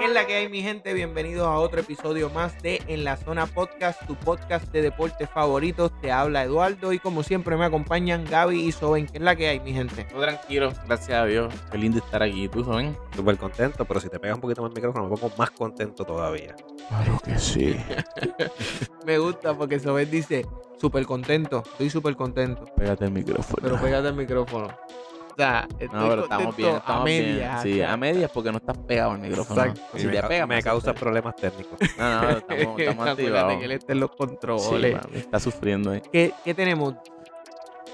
¿Qué es la que hay, mi gente? Bienvenidos a otro episodio más de En la Zona Podcast, tu podcast de deportes favoritos. Te habla Eduardo y como siempre me acompañan Gaby y Soben. ¿Qué es la que hay, mi gente? Todo tranquilo, gracias a Dios. Qué lindo estar aquí. ¿Tú, Soben? Súper contento, pero si te pegas un poquito más el micrófono me pongo más contento todavía. Claro que sí. Me gusta porque Soben dice, súper contento, estoy súper contento. Pégate el micrófono. Pero pues, pégate el micrófono. O sea, estoy No, pero estamos contento bien, estamos a medias. bien. Sí, a medias porque no estás pegado al micrófono. Exacto. Si me, te ca- pegas, me pasa causa pues, usted. problemas técnicos. No, no, estamos, estamos Acuérdate activados. que él está en los Sí, controles. mami, está sufriendo ahí. ¿Qué, qué tenemos?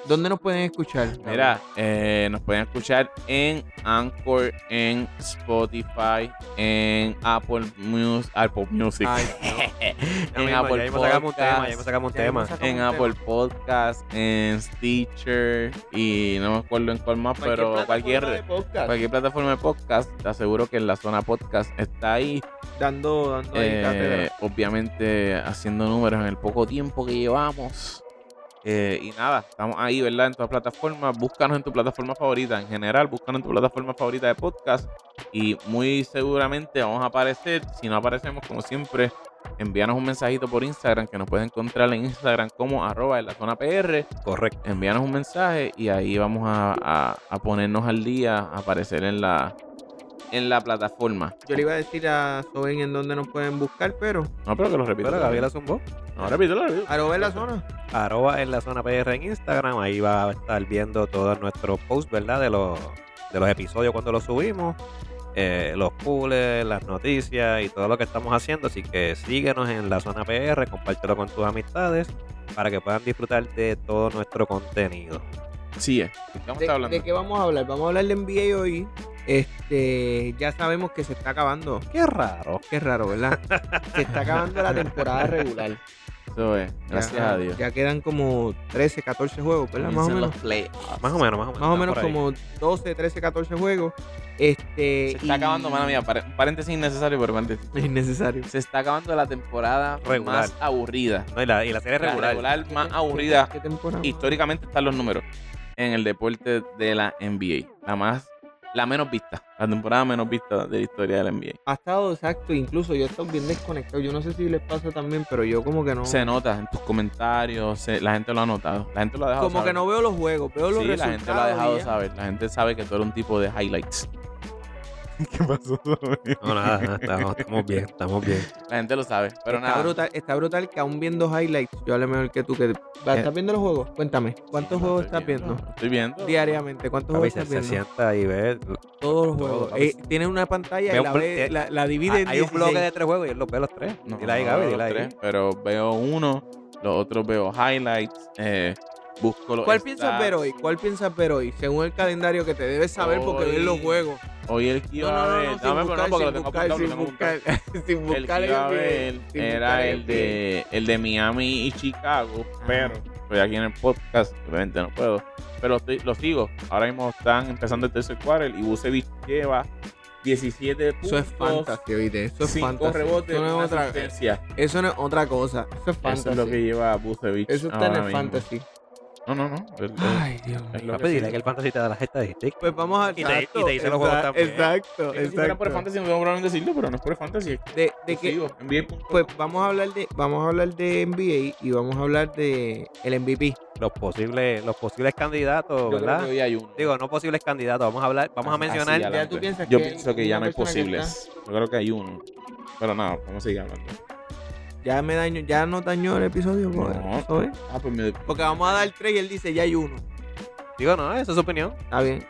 ¿Dónde nos pueden escuchar? Gaby? Mira, eh, nos pueden escuchar en Anchor, en Spotify, en Apple Music, Apple Music, Ay, Ah, Ya en mismo, Apple ya mismo sacamos un tema, ya mismo Podcast, sacamos un Ya mismo tema. sacamos en un tema. Apple Podcast, en Stitcher y no me acuerdo en cuál más, pero plataforma cualquier de podcast. cualquier plataforma de podcast, te aseguro que en la zona podcast está ahí. dando, dando ahí Eh, cátedra. obviamente haciendo números en el poco tiempo que llevamos. Eh, y nada, estamos ahí, ¿verdad? En todas plataformas. Búscanos en tu plataforma favorita. En general, búscanos en tu plataforma favorita de podcast. Y muy seguramente vamos a aparecer. Si no aparecemos, como siempre, envíanos un mensajito por Instagram que nos pueden encontrar en Instagram como arroba en la zona PR Correcto. envíanos un mensaje y ahí vamos a, a- a ponernos al día, a aparecer en la en la plataforma. Yo le iba a decir a Soben en dónde nos pueden buscar, pero No, pero que lo repito. Pero Gabriela zumbó. No, repítelo, repítelo. a no ver la zona. Arroba en la zona PR en Instagram. Ahí va a estar viendo todos nuestros posts, ¿verdad? De los, de los episodios cuando los subimos. eh, los pulls, las noticias y todo lo que estamos haciendo. Así que síguenos en la zona PR, compártelo con tus amistades para que puedan disfrutar de todo nuestro contenido. Sigue. ¿Qué vamos a estar ¿De, hablando? de qué vamos a hablar? Vamos a hablar de NBA hoy. Este, ya sabemos que se está acabando. Qué raro. Qué raro, ¿verdad? Se está acabando la temporada regular. Eso es. Gracias Ya- a Dios. Ya quedan como 13, 14 juegos, ¿verdad? Más o Comienzan menos. los playoffs. Más o menos, más o menos. Más o está menos por ahí. como 12, 13, 14 juegos. Este, Se está y- acabando, mano mía. pare- Paréntesis innecesario, pero paréntesis. Es innecesario. Se está acabando la temporada Regular. más aburrida. No, y, la, y la serie La regular. regular más ¿Qué- aburrida. ¿Qué temporada? Históricamente están los números en el deporte de la NBA. La más, la menos vista. La temporada menos vista de la historia de la NBA. Ha estado exacto, incluso yo he estado bien desconectado. Yo no sé si les pasa también, pero yo como que no. Se nota en tus comentarios, se- la gente lo ha notado. La gente lo ha dejado como saber. que no veo los juegos, veo los Ah, Sí, la resultados. gente lo ha dejado y ya. saber. La gente sabe que tú eres un tipo de highlights. ¿Qué pasó? No, nada, nada, estamos, estamos bien, estamos bien. La gente lo sabe, pero está nada. brutal, está brutal que aún viendo highlights, yo hablé mejor que tú que eh, estás viendo los juegos. Cuéntame, ¿cuántos Sí, juegos estoy estás viendo? Estoy viendo. Diariamente, ¿cuántos Papi, juegos se, estás se viendo? sienta y ve. Todos los Todo, juegos. papi. Eh, tiene una pantalla Ve y un la, blo- ve- eh, la, la divide Ah, en hay un 16. bloque de tres juegos y él los ve los tres. No, dile ahí, no Gaby, veo dile ahí. los tres, pero veo uno, los otros veo highlights, eh, busco los ¿Cuál piensas stats. ver hoy? ¿Cuál piensas ver hoy? Según el calendario que te debes saber porque Hoy- ves los juegos. Hoy el que iba a ver. sin Dame, pero buscar, porque sin lo tengo buscar, apuntado, lo sin tengo apuntado. buscar, sin El que buscar iba a en ver el sin buscar era en el de, el de Miami y Chicago, Ah. pero estoy aquí en el podcast, obviamente no puedo, pero estoy- lo sigo. Ahora mismo están empezando el tercer quarter y Busevich lleva 17 puntos, Eso es fantasy, oíste. Eso es 5 fantasy. rebotes, Eso no una es otra, asistencia. eso no es otra cosa. Eso es Eso fantasy. es lo que lleva Busevich. Eso está en el ahora mismo. fantasy. No, no, no. el- el- Ay, Dios mío. es lo Papi, que dile sí. que el fantasy te da las estadísticas. Pues vamos a. Y te- y te hice los juegos exacto, también. Exacto, Es que Si fuera por exacto. el fantasy, no tengo problema en decirlo, pero no es por el fantasy. es que De, de lo que, sigo, NBA.com. pues vamos a hablar de, vamos a hablar de NBA y vamos a hablar de el MVP. Los posibles, los posibles candidatos, Yo creo ¿verdad? que hoy hay uno. Digo, no posibles candidatos. Vamos a hablar, vamos a Así mencionar. adelante. ya tú piensas Yo que pienso que hay ya una no hay persona que posibles. Yo creo que hay uno. Pero nada, vamos a seguir hablando. Ya me daño, ya no dañó el episodio, No. joder, ¿sabes? Ah, pues me... Porque vamos a dar tres y él dice ya hay uno. Digo, no, esa es su opinión. Está bien.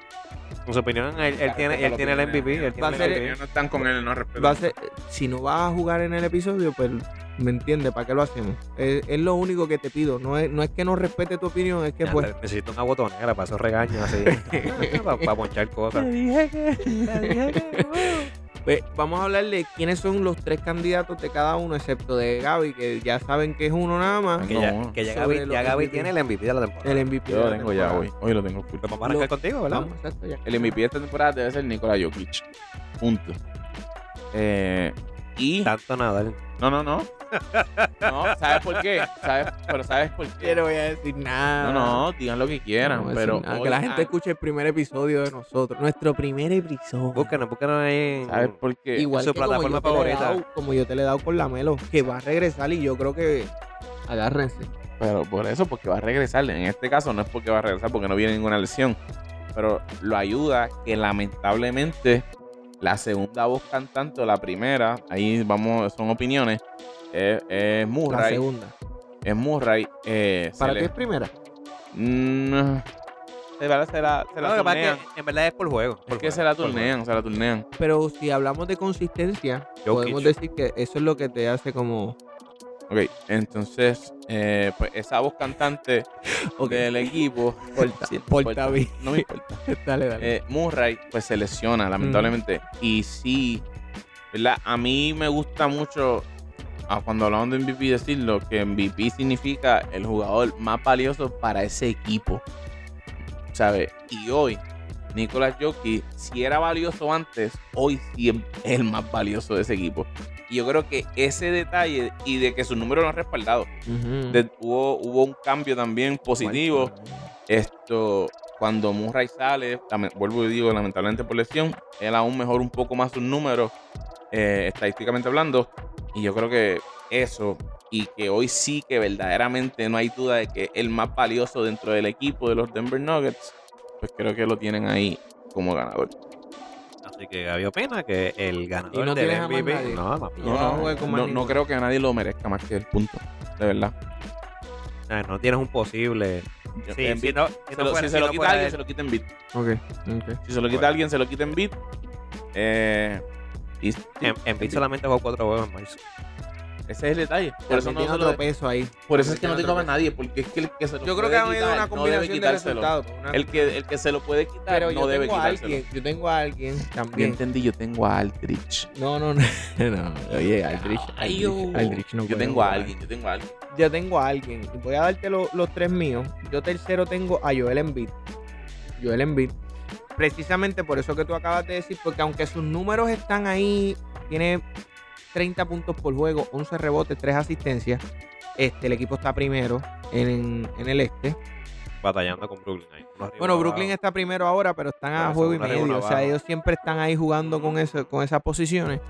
En su opinión, él, él tiene, él tiene el MVP. Él Va tiene a ser- el MVP. no están con él, no respetan. Va a ser, si no vas a jugar en el episodio, pues me entiende, ¿para qué lo hacemos? Es, es lo único que te pido. No es, no es que no respete tu opinión, es que Ya, pues. Necesito una botonera para esos regaños así. para, ponchar cosas. dije que. Te dije que. Pues, vamos a hablar de quiénes son los tres candidatos de cada uno, excepto de Gaby, que ya saben que es uno nada más. Que No. ya, que ya Sobre Gaby, los ya Gaby MVP. tiene el MVP de la temporada. El MVP. Yo de lo la tengo ya temporada. hoy. Hoy lo tengo full. Pero vamos a arrancar contigo, ¿verdad? Vamos, exacto, ya. El MVP de esta temporada debe ser Nikola Jokic. Punto. Eh, Y. Tanto nadar. No, no, no. No, ¿sabes por qué? ¿Sabes? Pero ¿sabes por Yo qué? no voy a decir nada. No, no, digan lo que No quieran, voy a decir pero. nada. hoy Que la gente han- escuche el primer episodio de nosotros. Nuestro primer episodio. Búsquenos, búsquenos ahí. en- ¿Sabes por qué? Igual su que como plataforma yo te le he favorita. dado- como yo te le he dado con la Melo, que va a regresar y yo creo que agárrense. Pero por eso, porque va a regresar. En este caso no es porque va a regresar, porque no viene ninguna lesión. Pero lo ayuda que lamentablemente la segunda voz cantante o la primera, ahí vamos, son opiniones, es, es La Murray. segunda. Es Murray. eh, se Para ti le- es primera. Mm, se la, se la, se No, la lo que pasa turnean. es que en verdad es por juego. por Es que juego, se la por juego. turnean, se la turnean. Pero si hablamos de consistencia, Jokic. podemos decir que eso es lo que te hace como. Ok, entonces, eh, pues esa voz cantante Ok. del equipo. Porta, Sí, no porta importa, bien. No me importa. dale, dale. Eh, Murray, pues se lesiona, lamentablemente. Y sí, ¿verdad? A mí me gusta mucho, ah, cuando hablamos de MVP, decirlo, que MVP significa el jugador más valioso para ese equipo. ¿Sabes? Y hoy, Nicolás Jockey, si era valioso antes, hoy sí es el más valioso de ese equipo. Y yo creo que ese detalle y de que sus números lo han respaldado. Ujú. De- hubo, hubo un cambio también positivo. Esto, cuando Murray sale, lame- vuelvo y digo, lamentablemente por lesión, él aún mejora un poco más sus números, eh, estadísticamente hablando. Y yo creo que eso, y que hoy sí que verdaderamente no hay duda de que el más valioso dentro del equipo de los Denver Nuggets, pues creo que lo tienen ahí como ganador. Así que Gaby opina que el ganador no tienes del a más MVP. nadie. No, no, Yo no jugué con más no- no ninguno. creo que nadie lo merezca más que el punto, de verdad. Ah, no tienes un posible. Yo- Sí, Embiid- si no- si se no lo- fuera- si si se lo no quita fuera alguien, él. se lo quita en beat. Ok, ok. Si se lo quita alguien, se lo quita en beat. Eh, y- En, en Beat solamente jugó cuatro juegos en marzo. Ese es el detalle. Por Por eso, no tiene se otro lo- peso ahí. por eso es que Tiene no te otro a peso. nadie, porque es que el que se lo Yo creo puede que ha habido quitar una no debe combinación de quitárselo. resultados. una- El que, el que se lo puede quitar Pero no yo debe tengo a quitárselo. alguien. Yo tengo a alguien Yo también. entendí, yo tengo a Aldrich. No, no, no. no. Oye, Aldrich. Ay, Aldrich, yo. Aldrich no Yo puede tengo a jugar. alguien, yo tengo a alguien. Yo tengo a alguien. Voy a darte lo- los tres míos. Yo tercero tengo a Joel Embiid. Joel Embiid. Precisamente por eso que tú acabas de decir, porque aunque sus números están ahí, tiene 30 puntos por juego, 11 rebotes, 3 asistencias. Este, el equipo está primero en, en el este. Batallando con Brooklyn. ahí. Uno arriba, Bueno, uno Brooklyn abajo. está primero ahora, pero están a Pero juego y segunda arriba, medio. O una sea, abajo. ellos siempre están ahí jugando con eso, con esas posiciones.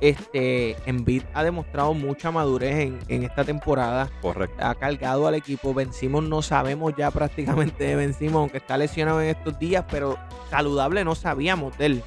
Este, Embiid ha demostrado mucha madurez en, en esta temporada. Correcto. Ha cargado al equipo. Vencimos, no sabemos ya prácticamente de Vencimos, aunque está lesionado en estos días, pero saludable no sabíamos de él.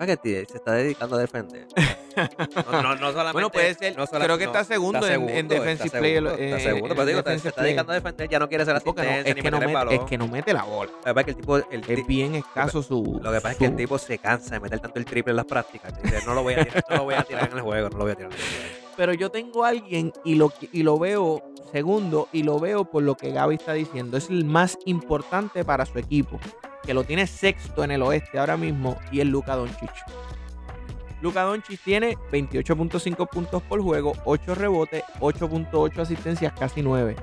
Ah, que tío, se está dedicando a defender. No, no, no solamente. Bueno, puede ser. no sola- creo que no, está segundo, está en, en segundo, está Defensive Player. segundo, Está eh, segundo, en pero digo, está- se Defensive está dedicando a Player. defender, ya no quiere ser Porque no, asistencia es, ni que no meter el mete, balón. es que no mete la bola. Lo que pasa es que el tipo, el Es ti- bien escaso su. lo que pasa es que el su- tipo se cansa de meter tanto el triple en las prácticas. que dice, no lo voy a tirar, no lo voy a tirar en el juego, no lo voy a tirar. en el juego". pero yo tengo a alguien y lo, que- y lo veo segundo y lo veo por lo que Gaby está diciendo. Es el más importante para su equipo, que lo tiene sexto en el oeste ahora mismo y es Luka Doncic. Luka Doncic tiene 28.5 puntos por juego, 8 rebotes, 8.8 asistencias, casi 9.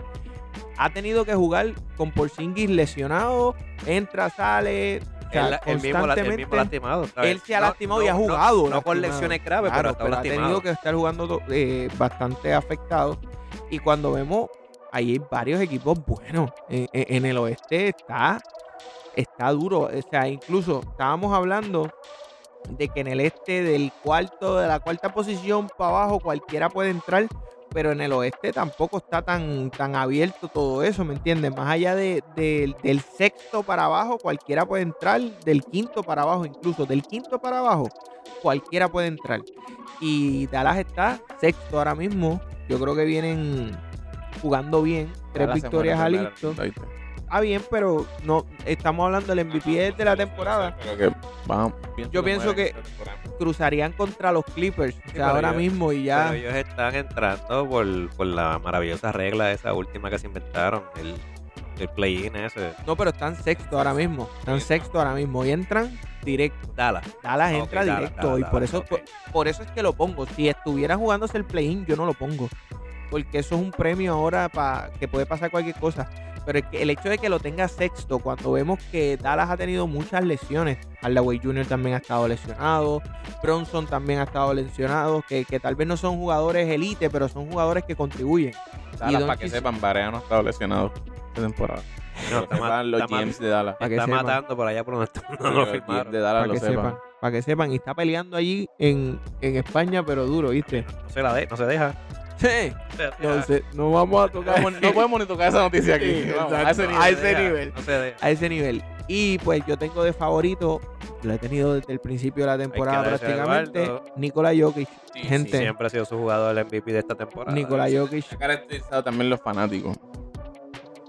Ha tenido que jugar con Porzingis lesionado, entra, sale, o sea, Él la- él mismo la- él mismo constantemente- lastimado. ¿sabes? él se ha No- lastimado y no- ha no- jugado. No, con lastimado. lesiones graves, Claro, pero ha está tenido lastimado. que estar jugando do- eh, bastante afectado. Y cuando vemos, ahí hay varios equipos buenos. En, en- en el oeste está, está duro. O sea, incluso estábamos hablando de que en el este del cuarto, de la cuarta posición para abajo, cualquiera puede entrar. Pero en el oeste tampoco está tan, tan abierto todo eso, ¿me entiendes? Más allá de- de- del sexto para abajo, cualquiera puede entrar, del quinto para abajo, incluso del quinto para abajo, cualquiera puede entrar. Y Dallas está sexto ahora mismo. Yo creo que vienen jugando bien. Tres Dallas se victorias al muere primero, listo. ¿viste? Está bien, pero no estamos hablando del MVP de la temporada. Pero que vamos, Yo pienso mueren que- esta temporada. Cruzarían contra los Clippers. O pero sea, ahora ya- mismo y Pero ya. ellos están entrando por, por la maravillosa regla esa última que se inventaron, el, el play-in ese. No, pero están sexto ahora mismo. Están sexto ahora mismo. Y entran directo. Dallas. Dallas Ah, ok, entra Dallas, directo. Dallas, y por Dallas, eso, ok. por, por eso es que lo pongo. Si estuviera jugándose el play-in, yo no lo pongo. Porque eso es un premio ahora para que puede pasar cualquier cosa. Pero el, que- el hecho de que lo tenga sexto, cuando vemos que Dallas ha tenido muchas lesiones, Hardaway Jr. también ha estado lesionado, Bronson también ha estado lesionado, que, que tal vez no son jugadores elite, pero son jugadores que contribuyen. Dallas, para que Doncic- sepan, Barea no ha estado lesionado esta temporada. No, Para que está, ma- sepan los está ma- GMs de Dallas. Para que está sepan. matando por allá por donde está- no lo Los GMs firmaron. de Dallas Para lo que sepan. sepan. Para que sepan. Y está peleando allí en, en España, pero duro, ¿viste? No se la de, no se deja. Sí. No se deja. Entonces, no vamos a tocar. No podemos ni tocar esa noticia aquí. Sí, Vamos, exacto. a ese nivel. a No se ese deja, nivel. No se deja. a ese nivel. Y pues yo tengo de favorito, lo he tenido desde el principio de la temporada darse a prácticamente, Eduardo. Nikola Jokic. gente, Siempre ha sido su jugador el MVP de esta temporada. Nikola Se Jokic. ha caracterizado también los fanáticos.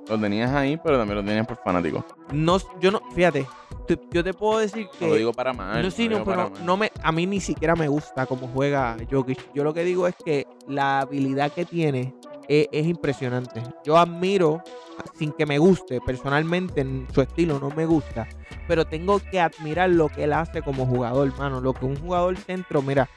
Lo tenías ahí, pero también lo tenías por fanáticos. No, yo no, fíjate, tú- yo te puedo decir No lo que... digo para mal. No, sí, lo no, digo para pero mal. no me, a mí ni siquiera me gusta cómo juega Jokic. Yo lo que digo es que la habilidad que tiene es, es impresionante. Yo admiro, sin que me guste, personalmente en su estilo no me gusta, pero tengo que admirar lo que él hace como jugador, hermano. Lo que un jugador centro, mira,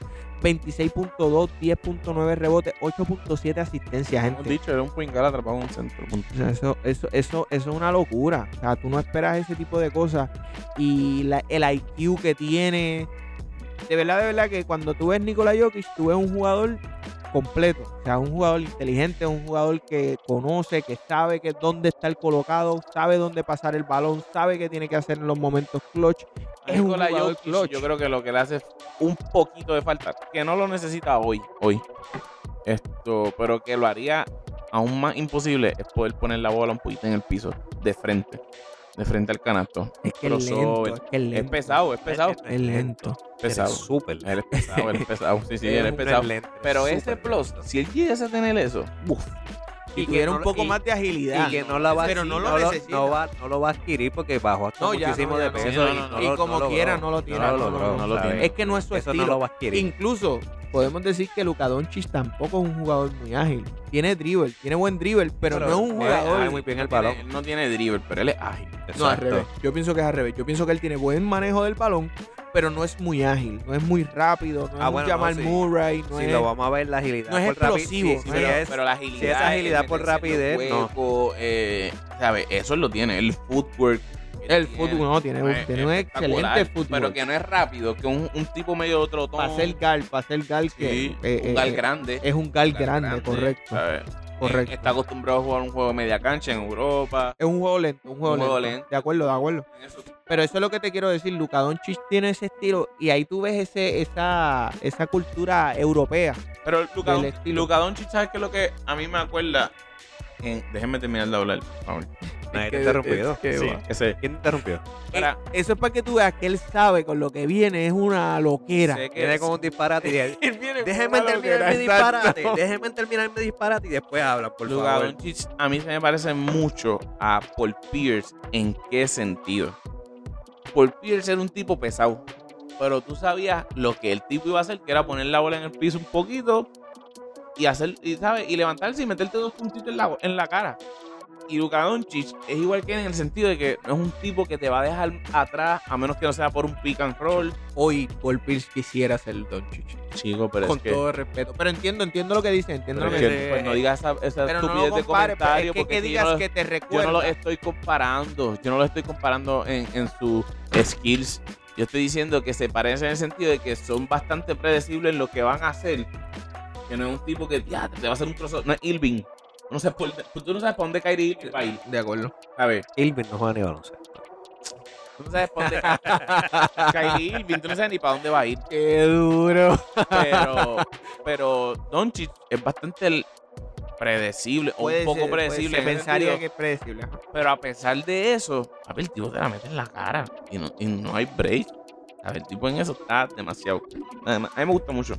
26.2, 10.9 rebotes, 8.7 asistencias, Hemos gente. dicho, era un pingal atrapado en un centro. punto. O sea, Eso, eso, eso, eso es una locura. O sea, tú no esperas ese tipo de cosas. Y la- el IQ que tiene. De verdad, de verdad que cuando tú ves Nikola Jokic, tú ves un jugador completo. O sea, un jugador inteligente, un jugador que conoce, que sabe que dónde está el colocado, sabe dónde pasar el balón, sabe qué tiene que hacer en los momentos clutch. Es un Nikola jugador Jokic, clutch. Yo creo que lo que le hace es un poquito de falta, que no lo necesita hoy, hoy. Esto, pero que lo haría aún más imposible es poder poner la bola un poquito en el piso, de frente, de frente al canasto. Es que es lento, crossover. es que es Es lento. pesado, es pesado, es Es lento. pesado. Eres súper Él es pesado, él es pesado. Sí, sí, él es Eres pesado. un excelente, Pero súper ese pesado. plus, si él llegase a tener eso, uf, Y que tuviera no un lo- poco y- más de agilidad. y que no la va Pero a no adquirir, lo no, necesita. no va, no lo va a adquirir porque bajó hasta No, ya, muchísimo no, ya de no. peso Sí, no, y, no, no y lo- como no lo quiera, logró. no lo tira, lo no lo logró, no lo ¿sabes? tiene. Es que no es su Eso estilo. no lo va a adquirir. Incluso podemos decir que Luka Doncic tampoco es un jugador muy ágil. Tiene dribble, tiene buen dribble, pero, Pero no es un mueve- jugador. ah, muy bien el no tiene- balón. él no tiene dribble, pero él es ágil. No, al Exacto. revés. Yo pienso que es al revés. Yo pienso que él tiene buen manejo del balón, pero no es muy ágil, no es muy rápido, no Ah, es bueno, un Jamal no, sí. Murray, no Si es. lo vamos a ver, la agilidad no es por rapi- explosivo, sí, sí, no pero es- es- pero la agilidad. si esa agilidad el por meterse en los rapidez, no. huecos, eh, ¿Sabe? Eso lo tiene, el footwork. que el tiene. Pues, fútbol no tiene, un- Es tiene un espectacular, excelente fútbol. Pero que no es rápido, que un, un tipo medio trotón. Para ser gal, para ser gal que sí, eh, eh, un gal eh, grande. es un gal grande, correcto, ¿sabe? Eh, correcto. Está acostumbrado a jugar un juego de media cancha en Europa. Es un juego lento, un juego, Un juego lento. lento. De acuerdo, de acuerdo. Pero eso es lo que te quiero decir, Luka Doncic tiene ese estilo y ahí tú ves ese, esa, esa cultura europea. Pero Luca, Del Don- estilo. Luka Doncic, ¿sabes qué es lo que a mí me acuerda? En- déjenme terminar de hablar, por favor. Nadie te que- ha interrumpido. que Sí. va. Ese- ¿Quién te interrumpió? Para- Eh, eso es para que tú veas que él sabe con lo que viene, es una loquera. sé que- Viene con un disparate y él- Él viene con Déjenme una loquera, terminar mi exacto. disparate. Déjenme terminar mi disparate y después hablan, por Luka favor. Doncic a mí se me parece mucho a Paul Pierce. ¿En qué sentido? Paul Pierce era un tipo pesado. Pero tú sabías lo que el tipo iba a hacer, que era poner la bola en el piso un poquito y hacer, y, ¿sabes? y levantarse y meterte dos puntitos en la, en la cara. Y Luka Doncic es igual que él en el sentido de que no es un tipo que te va a dejar atrás a menos que no sea por un pick and roll. Hoy Paul Pierce quisiera ser el Doncic, Chico, pero con todo el respeto. Pero entiendo, entiendo lo que dice, entiendo Pero lo es que que, dice. pues, no digas esa, esa pero no estupidez lo de compares, pero comentario es que, porque que es que yo digas no- que te Yo recuerda. no lo estoy comparando. Yo no lo estoy comparando en, en sus skills. Yo estoy diciendo que se parecen en el sentido de que son bastante predecibles en lo que van a hacer. Que no es un tipo que ya te va a hacer un trozo. No es Irving. Tú No sabes por, tú no sabes para dónde Kyrie Irving va a ir. De acuerdo. ¿Sabes? Ilvin no juega ni baloncesto. Tú no sabes para dónde Kyrie Irving. Tú no sabes ni para dónde va a ir. Qué duro. Pero, pero Doncic es bastante predecible o un poco predecible. en ese pensaría sentido. que es predecible. ajá. Pero a pesar de eso, a ver, el tipo te la mete en la cara y no, y no hay break. A ver, el tipo en eso está demasiado. Además, a mí me gusta mucho.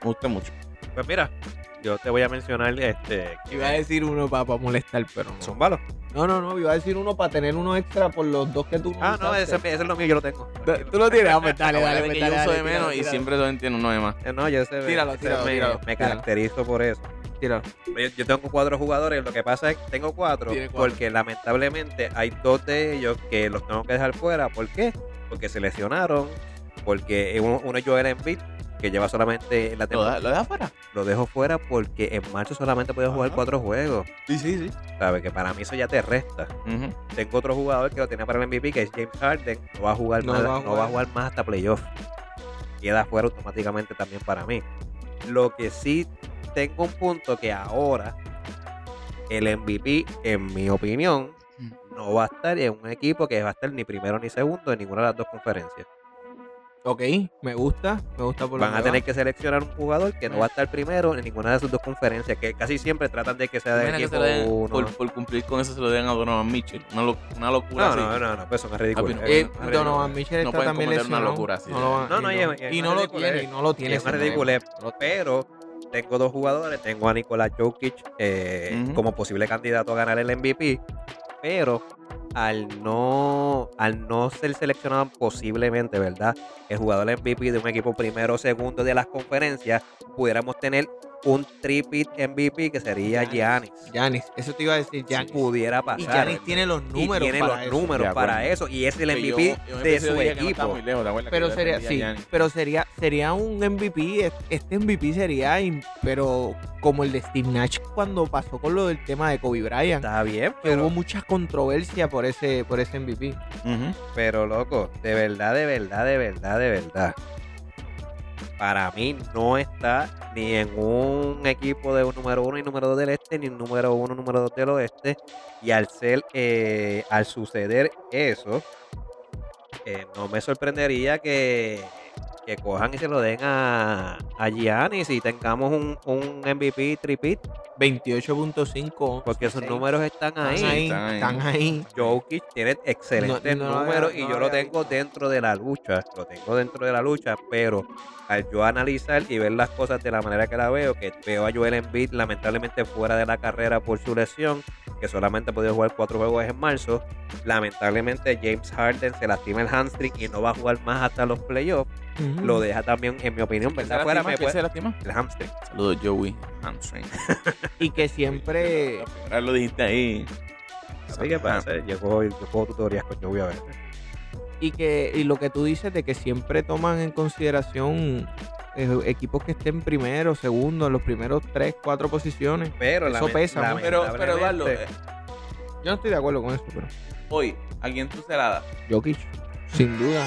Me gusta mucho. Pues mira, yo te voy a mencionar este. Iba a decir uno para molestar, pero no. Zúmbalo. No, no, no, iba a decir uno para tener uno extra por los dos que tú Ah, no, ese, usaste. ese es lo mío, yo lo tengo. Tú- Tú lo tienes, ah, pues dale, dale, Acuérdate pues, que dale, yo uso dale, de menos tíralo, y tíralo. siempre los entiendo uno de más. Eh, No, yo ese, Tíralo, ese tíralo, me, tíralo, me tíralo. caracterizo por eso. Tíralo. Yo, yo tengo cuatro jugadores, lo que pasa es que tengo cuatro, Tiene cuatro. porque lamentablemente hay dos de ellos que los tengo que dejar fuera. ¿Por qué? Porque se lesionaron, porque uno, uno es Joel Embiid, porque lleva solamente la ¿Lo, temporada. da- lo deja fuera? Lo dejo fuera porque en marzo solamente podía jugar Ajá. cuatro juegos. Sí, sí, sí. ¿Sabes? Que para mí eso ya te resta. Tengo otro jugador que lo tenía para el MVP, que es James Harden. No va a jugar, No más, va a no va a jugar. jugar más hasta playoff. Queda fuera automáticamente también para mí. Lo que sí tengo un punto que ahora el MVP, en mi opinión, Mm. no va a estar en un equipo que va a estar ni primero ni segundo en ninguna de las dos conferencias. Ok, me gusta, me gusta por Van a donde tener va. que seleccionar un jugador que no va a estar primero en ninguna de sus dos conferencias, que casi siempre tratan de que sea del Imagina que se equipo lo den- uno. por, por cumplir con eso se lo den a Donovan Mitchell. Una, lo- una locura No, así. no, no, no, pues son ridículos. Papi, Eh, Bueno, Donovan Mitchell no está pueden también cometer una lesionado. locura así. No, lo van- No, no, y y- no, y- y no lo y- tiene, y no lo tiene. es una ese ridiculez, problema. pero tengo dos jugadores. Tengo a Nikola Jokic eh, Ujú. como posible candidato a ganar el MVP, pero al no, al no ser seleccionado posiblemente, ¿verdad? El jugador MVP de un equipo primero o segundo de las conferencias, pudiéramos tener un tripit MVP que sería Giannis. Giannis. Yanis, eso te iba a decir, Yanis. Pudiera pasar. Y Yanis tiene los Y números tiene para los eso. números De para acuerdo. eso y es el Que yo- MVP yo en de ese su día que no estaba equipo. muy lejos, ¿te acuerdas? Pero Que yo sería, sí, defendía a Giannis. pero sería, sería un MVP, es- este MVP sería, im- pero como el de Steve Nash cuando pasó con lo del tema de Kobe Bryant. Está bien, que hubo mucha controversia por ese, por ese MVP. Ujú. Pero loco, de verdad, de verdad, de verdad, de verdad. Para mí no está ni en un equipo de un número uno y número dos del este, ni un número uno, número dos del oeste. Y al ser, eh, al suceder eso, eh, no me sorprendería que, que cojan y se lo den a, a Giannis y tengamos un, un MVP tripit, 28.5. porque esos 16. números están Están ahí. ahí, Están ahí. están ahí. Jokic tiene excelentes No- no lo había- números no y lo yo lo había tengo dentro de la lucha, lo tengo dentro de la lucha, pero al yo analizar y ver las cosas de la manera que la veo, que veo a Joel Embiid lamentablemente fuera de la carrera por su lesión, que solamente ha podido jugar cuatro juegos en marzo, lamentablemente James Harden se lastima el hamstring y no va a jugar más hasta los playoffs, Ujú. lo deja también, en mi opinión, ¿Quién se ¿verdad? Fuera lastima? me ¿Quién puede- se lastima? el hamstring. Saludos, Joey. Hamstring. Y que siempre. Ahora lo dijiste ahí. Así que pasa, yo juego, yo juego tutorías con Joey a ver. Y que y lo que tú dices de que siempre toman en consideración eh, equipos que estén primero, segundo, en los primeros tres, cuatro posiciones. Pero Eso lamen- pesa, ¿no? Pero, pero Eduardo, lamentablemente- eh, Yo no estoy de acuerdo con eso, pero. hoy, ¿a quién tú se la das? Jokic, sin duda.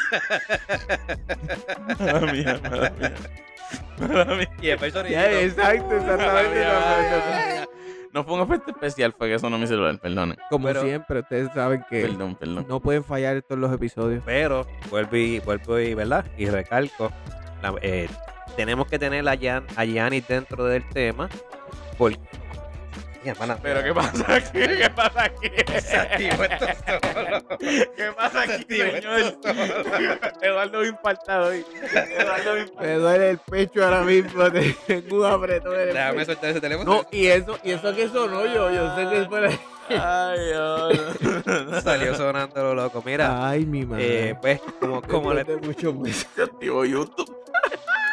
Mala mía, mala mía. Mala mía. Y el personaje- exacto, Mala mía, mala mía. No fue un efecto especial, fue que sonó mi celular, perdón. eh. Como Pero- siempre, ustedes saben que Perdón, perdón. no pueden fallar estos los episodios. Pero vuelvo y, vuelvo y, ¿verdad? Y recalco, la- eh, tenemos que tener a, Gian, a Giannis dentro del tema. Porque... Mira, hermana, Pero ¿qué pasa aquí? ¿Qué pasa aquí? se activó esto solo. ¿Qué pasa aquí, señor? Eduardo impactado hoy. Eduardo Me impactado. duele el pecho ahora mismo, tengo un apretón en el Déjame pecho. soltar ese teléfono. No, y eso, y eso que sonó yo, yo sé que es por ahí. Ay, Dios. Salió sonando lo loco. Mira, Ay, mi madre. eh, pues como, como le mucho pues. Se activó YouTube.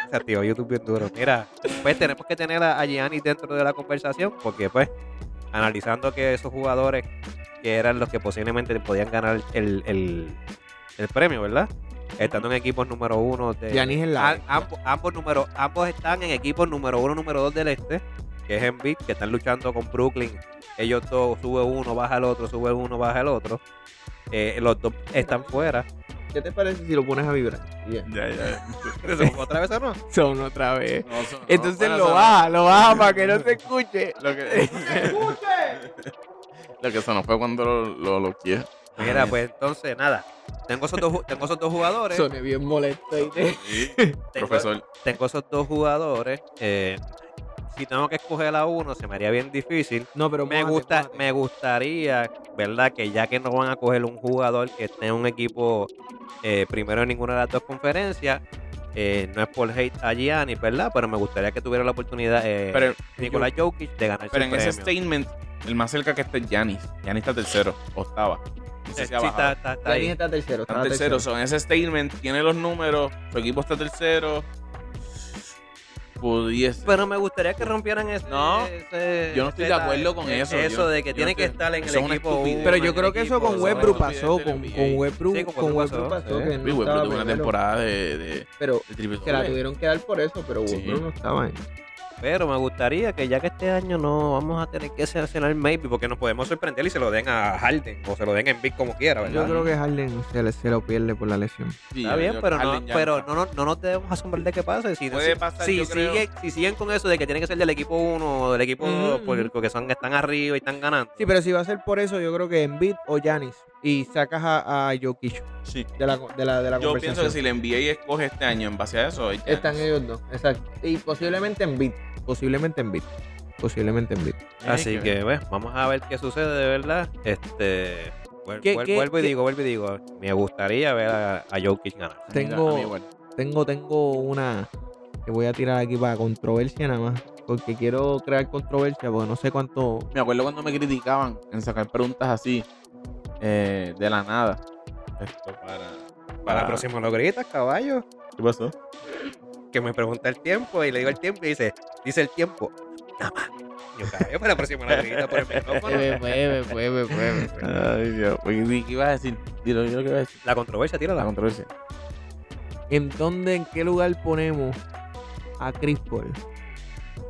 se activó YouTube bien duro. Mira, pues tenemos que tener a, a Giannis dentro de la conversación porque pues analizando que esos jugadores que eran los que posiblemente podían ganar el, el- el premio, ¿verdad? Estando en equipos número uno de... Giannis en la a- ambos, ambos, número, ambos están en equipos número uno, número dos del este, que es Embiid, que están luchando con Brooklyn. Ellos dos, sube uno, baja el otro, sube uno, baja el otro. Eh, los dos están fuera. ¿Qué te parece si lo pones a vibrar? Ya, ya. ¿Otra vez o no? Son otra vez. No, eso no. Entonces Bueno, lo eso no. baja, lo baja para que no se escuche. Lo que. Lo que sonó fue cuando lo, lo, lo quiera. Mira, pues entonces, nada. Tengo esos dos, ju- tengo esos dos jugadores. Soné bien molesto. Y te... tengo, Profesor. tengo esos dos jugadores. eh, si tengo que escoger a uno, se me haría bien difícil. No, pero Me, gusta, me gustaría, ¿verdad? Que ya que no van a coger un jugador que esté en un equipo eh, primero en ninguna de las dos conferencias, eh, no es por hate a Gianni, ¿verdad? Pero me gustaría que tuviera la oportunidad eh, Pero, Nikola Jokic de ganar pero en su ese premio. statement, el más cerca que está es Yanis. Yanis está tercero, octava. No sé Eh, si ha sí, está, bajado. está- está Yanis ahí. está tercero. Está Ah, Está tercero. so, en ese statement tiene los números. Su equipo está tercero. pudiese. Pero me gustaría que rompieran ese. No, ese- yo no estoy de ese- acuerdo con eso. Eso Yo- de que yo tiene que estoy- estar en el eso es una equipo. estupidez. uno, Pero en yo el creo que eso equipo con dos. Westbrook Westbrook pasó, del con, NBA. con Westbrook, Sí, con con Westbrook Westbrook pasó, pasó, sí. que no Sí, Westbrook estaba tuvo una primero. temporada de, de, Pero de triple se la doble. tuvieron que dar por eso, pero Sí. Westbrook no estaba ahí. Pero me gustaría que ya que este año no vamos a tener que seleccionar maybe, porque nos podemos sorprender y se lo den a Harden o se lo den en Big como quiera, Pues ¿verdad? Yo creo que Harden se, le- se lo pierde por la lesión. Sí, Está yo- bien, yo- pero, no, Harden ya pero está. no, no, no nos debemos asombrar de que pase. Si, Puede si- pasar, si yo creo. sigue- si siguen con eso de que tiene que ser del equipo 1 o del equipo Ujú, 2 ujú. porque, porque son, están arriba y están ganando. Sí, pero si va a ser por eso, yo creo que Embiid o Giannis y sacas a, a Jokic Sí. de la, de la, de la Yo pienso conversación. que si la NBA escoge este año en base a eso, es Giannis. Están ellos dos, exacto. Y posiblemente Embiid, posiblemente Embiid, posiblemente Embiid. Tienes Así ver. que, bueno, vamos a ver qué sucede, de verdad. Este, vuel- ¿Qué- vuel- qué- vuelvo y qué- digo, vuelvo y digo. Me gustaría ver a, a Jokic ganar. A mí- Tengo- a mí igual. Tengo, tengo una que voy a tirar aquí para controversia nada más, porque quiero crear controversia, porque no sé cuánto Me acuerdo cuando me criticaban en sacar preguntas así, eh, de la nada. Esto para. Para Ah. la próxima lo gritas, caballo. ¿Qué pasó? Que me pregunta el tiempo y le digo el tiempo y dice, dice el tiempo. Nada más. Yo, caballo, para la próxima lo gritas por el micrófono. Ay, Dios. ¿Qué ibas a decir? Dilo, yo lo que iba a decir. La controversia, La tírala. controversia. ¿En dónde, en qué lugar ponemos a Chris Paul?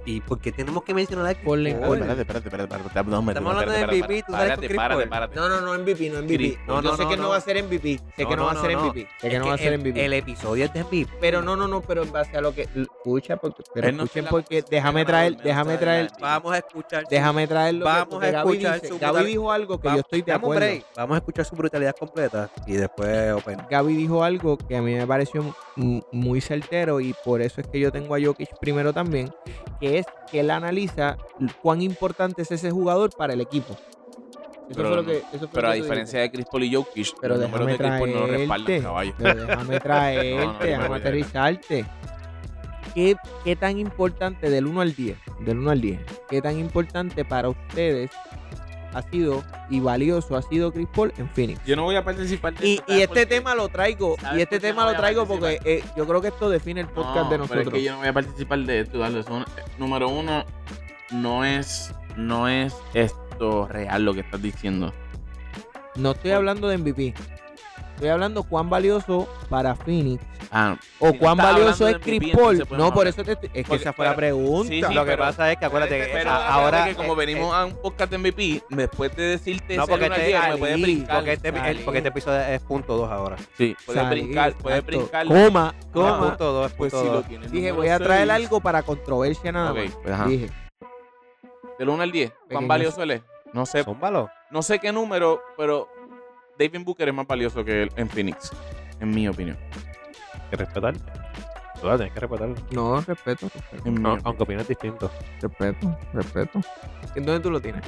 ¿Y por qué tenemos que mencionar a Chris Ponle- Paul? Espérate, espérate, espérate, espérate, espérate. No, hombre, Estamos hablando espérate, de espérate, MVP, tú sabes espérate, con Chris Párate, Paul. párate. No, no, no MVP, no MVP. Chris no, Paul. yo No, sé no, que no, no. va a ser MVP. Sé No, que no, no, va a no, ser no. MVP. Sé que Es no va a que ser el- MVP. El episodio es de MVP. Pero no, no, no, pero en base a lo que. Escucha, porque, pero Él no escuchen tiene la porque conversación déjame de traer, ganador, déjame menos traer, de ganador. Vamos a escuchar. su- déjame traer lo Vamos que porque a Gaby escuchar dice. su Gaby brutal- dijo algo que va- yo estoy de dame un acuerdo. break. Vamos a escuchar su brutalidad completa y después open. Gaby dijo algo que a mí me pareció m- muy certero y por eso es que yo tengo a Jokic primero también, que es que él analiza cuán importante es ese jugador para el equipo. Eso Pero fue lo no- que, eso fue lo Pero a que tú diferencia de Chris Paul y Jokic, Pero los números déjame de Chris Paul no lo respaldan, traerte. caballo. Pero déjame No, traerte, no, no, déjame no, no. aterrizarte. ¿Qué, ¿Qué tan importante del 1 al 10? Del 1 al 10. ¿Qué tan importante para ustedes ha sido y valioso ha sido Chris Paul en Phoenix? Yo no voy a participar de Y, esto, y ¿sabes este por qué? tema lo traigo, y ¿Sabes este por qué tema no lo voy a traigo porque eh, yo creo que esto define el podcast de No, nosotros. Pero es que yo no voy a participar de esto, Eduardo. Eso no- eh, número uno, no es, no es esto real lo que estás diciendo. No estoy hablando de MVP. Estoy hablando cuán valioso para Phoenix Ah, o Si no cuán estás valioso hablando es de Chris MVP, Paul. entonces podemos No, por hablar. eso te estoy- es que Porque- esa fue la pero- pregunta. sí, sí, lo que pero- pasa es que acuérdate que pero- a- ahora. eh, que como venimos a un podcast de MVP, después de decirte no, ese porque uno al este, diez, me puedes salí, brincar. porque, este, el- Salí. porque este episodio es punto 2 ahora. Sí, puedes Salí, brincar, puedes exacto. brincar. Coma, No, es coma. punto 2, es Pues punto 2. tienes. Dije, número voy a traer seis. algo para controversia Ah, nada Ok, más. pues, ajá. Dije, Del 1 al 10, ¿cuán Pequeño. valioso él es? No sé, Zúmbalo. no sé qué número, pero David Booker es más valioso que él en Phoenix, en mi opinión. Hay que respetar. Tú la tienes que respetar. no, respeto, respeto, En mi No, opinión. aunque opinas distinto. respeto, respeto. ¿En dónde tú lo tienes?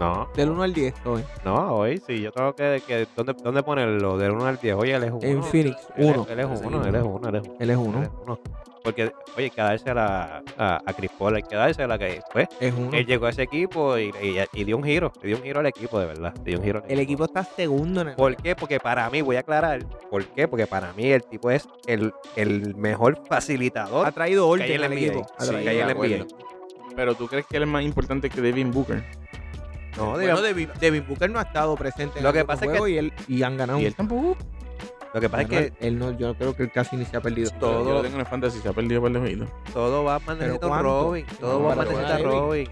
No, Del 1 al 10 estoy. no, hoy sí. Yo tengo que. que ¿dónde, ¿Dónde ponerlo? Del 1 al 10. Oye, él es 1. En Phoenix, uno. Él es 1, Sí, él es uno. 1, él es 1. Él es Él es 1. uno. Porque, oye, hay que dársela a, a Chris Paul, hay que dársela que pues, Es 1. él llegó a ese equipo y, y- y dio un giro, le dio un giro al equipo, de verdad. le dio un giro al El equipo está segundo en el. ¿Por qué? Porque para mí, voy a aclarar, ¿por qué? Porque para mí el tipo es el, el mejor Ha facilitador. traído orden en la al NBA. equipo. Ha Sí, traído que ayer de le orden. envié. acuerdo. Pero tú crees que él es más importante que Devin Booker. No, digo, Bueno, Devin, Devin Booker no ha estado presente en Lo el que pasa es que- y, él, y han ganado. Y él tampoco. lo que pasa es que Bueno, él no, yo creo que él casi ni se ha perdido. Todo- Yo lo tengo en el fantasy, se ha perdido por el jueguito. todo ¿Pero Batman necesita un cuánto? Robin, todo No, Batman pero necesita bueno, Robin,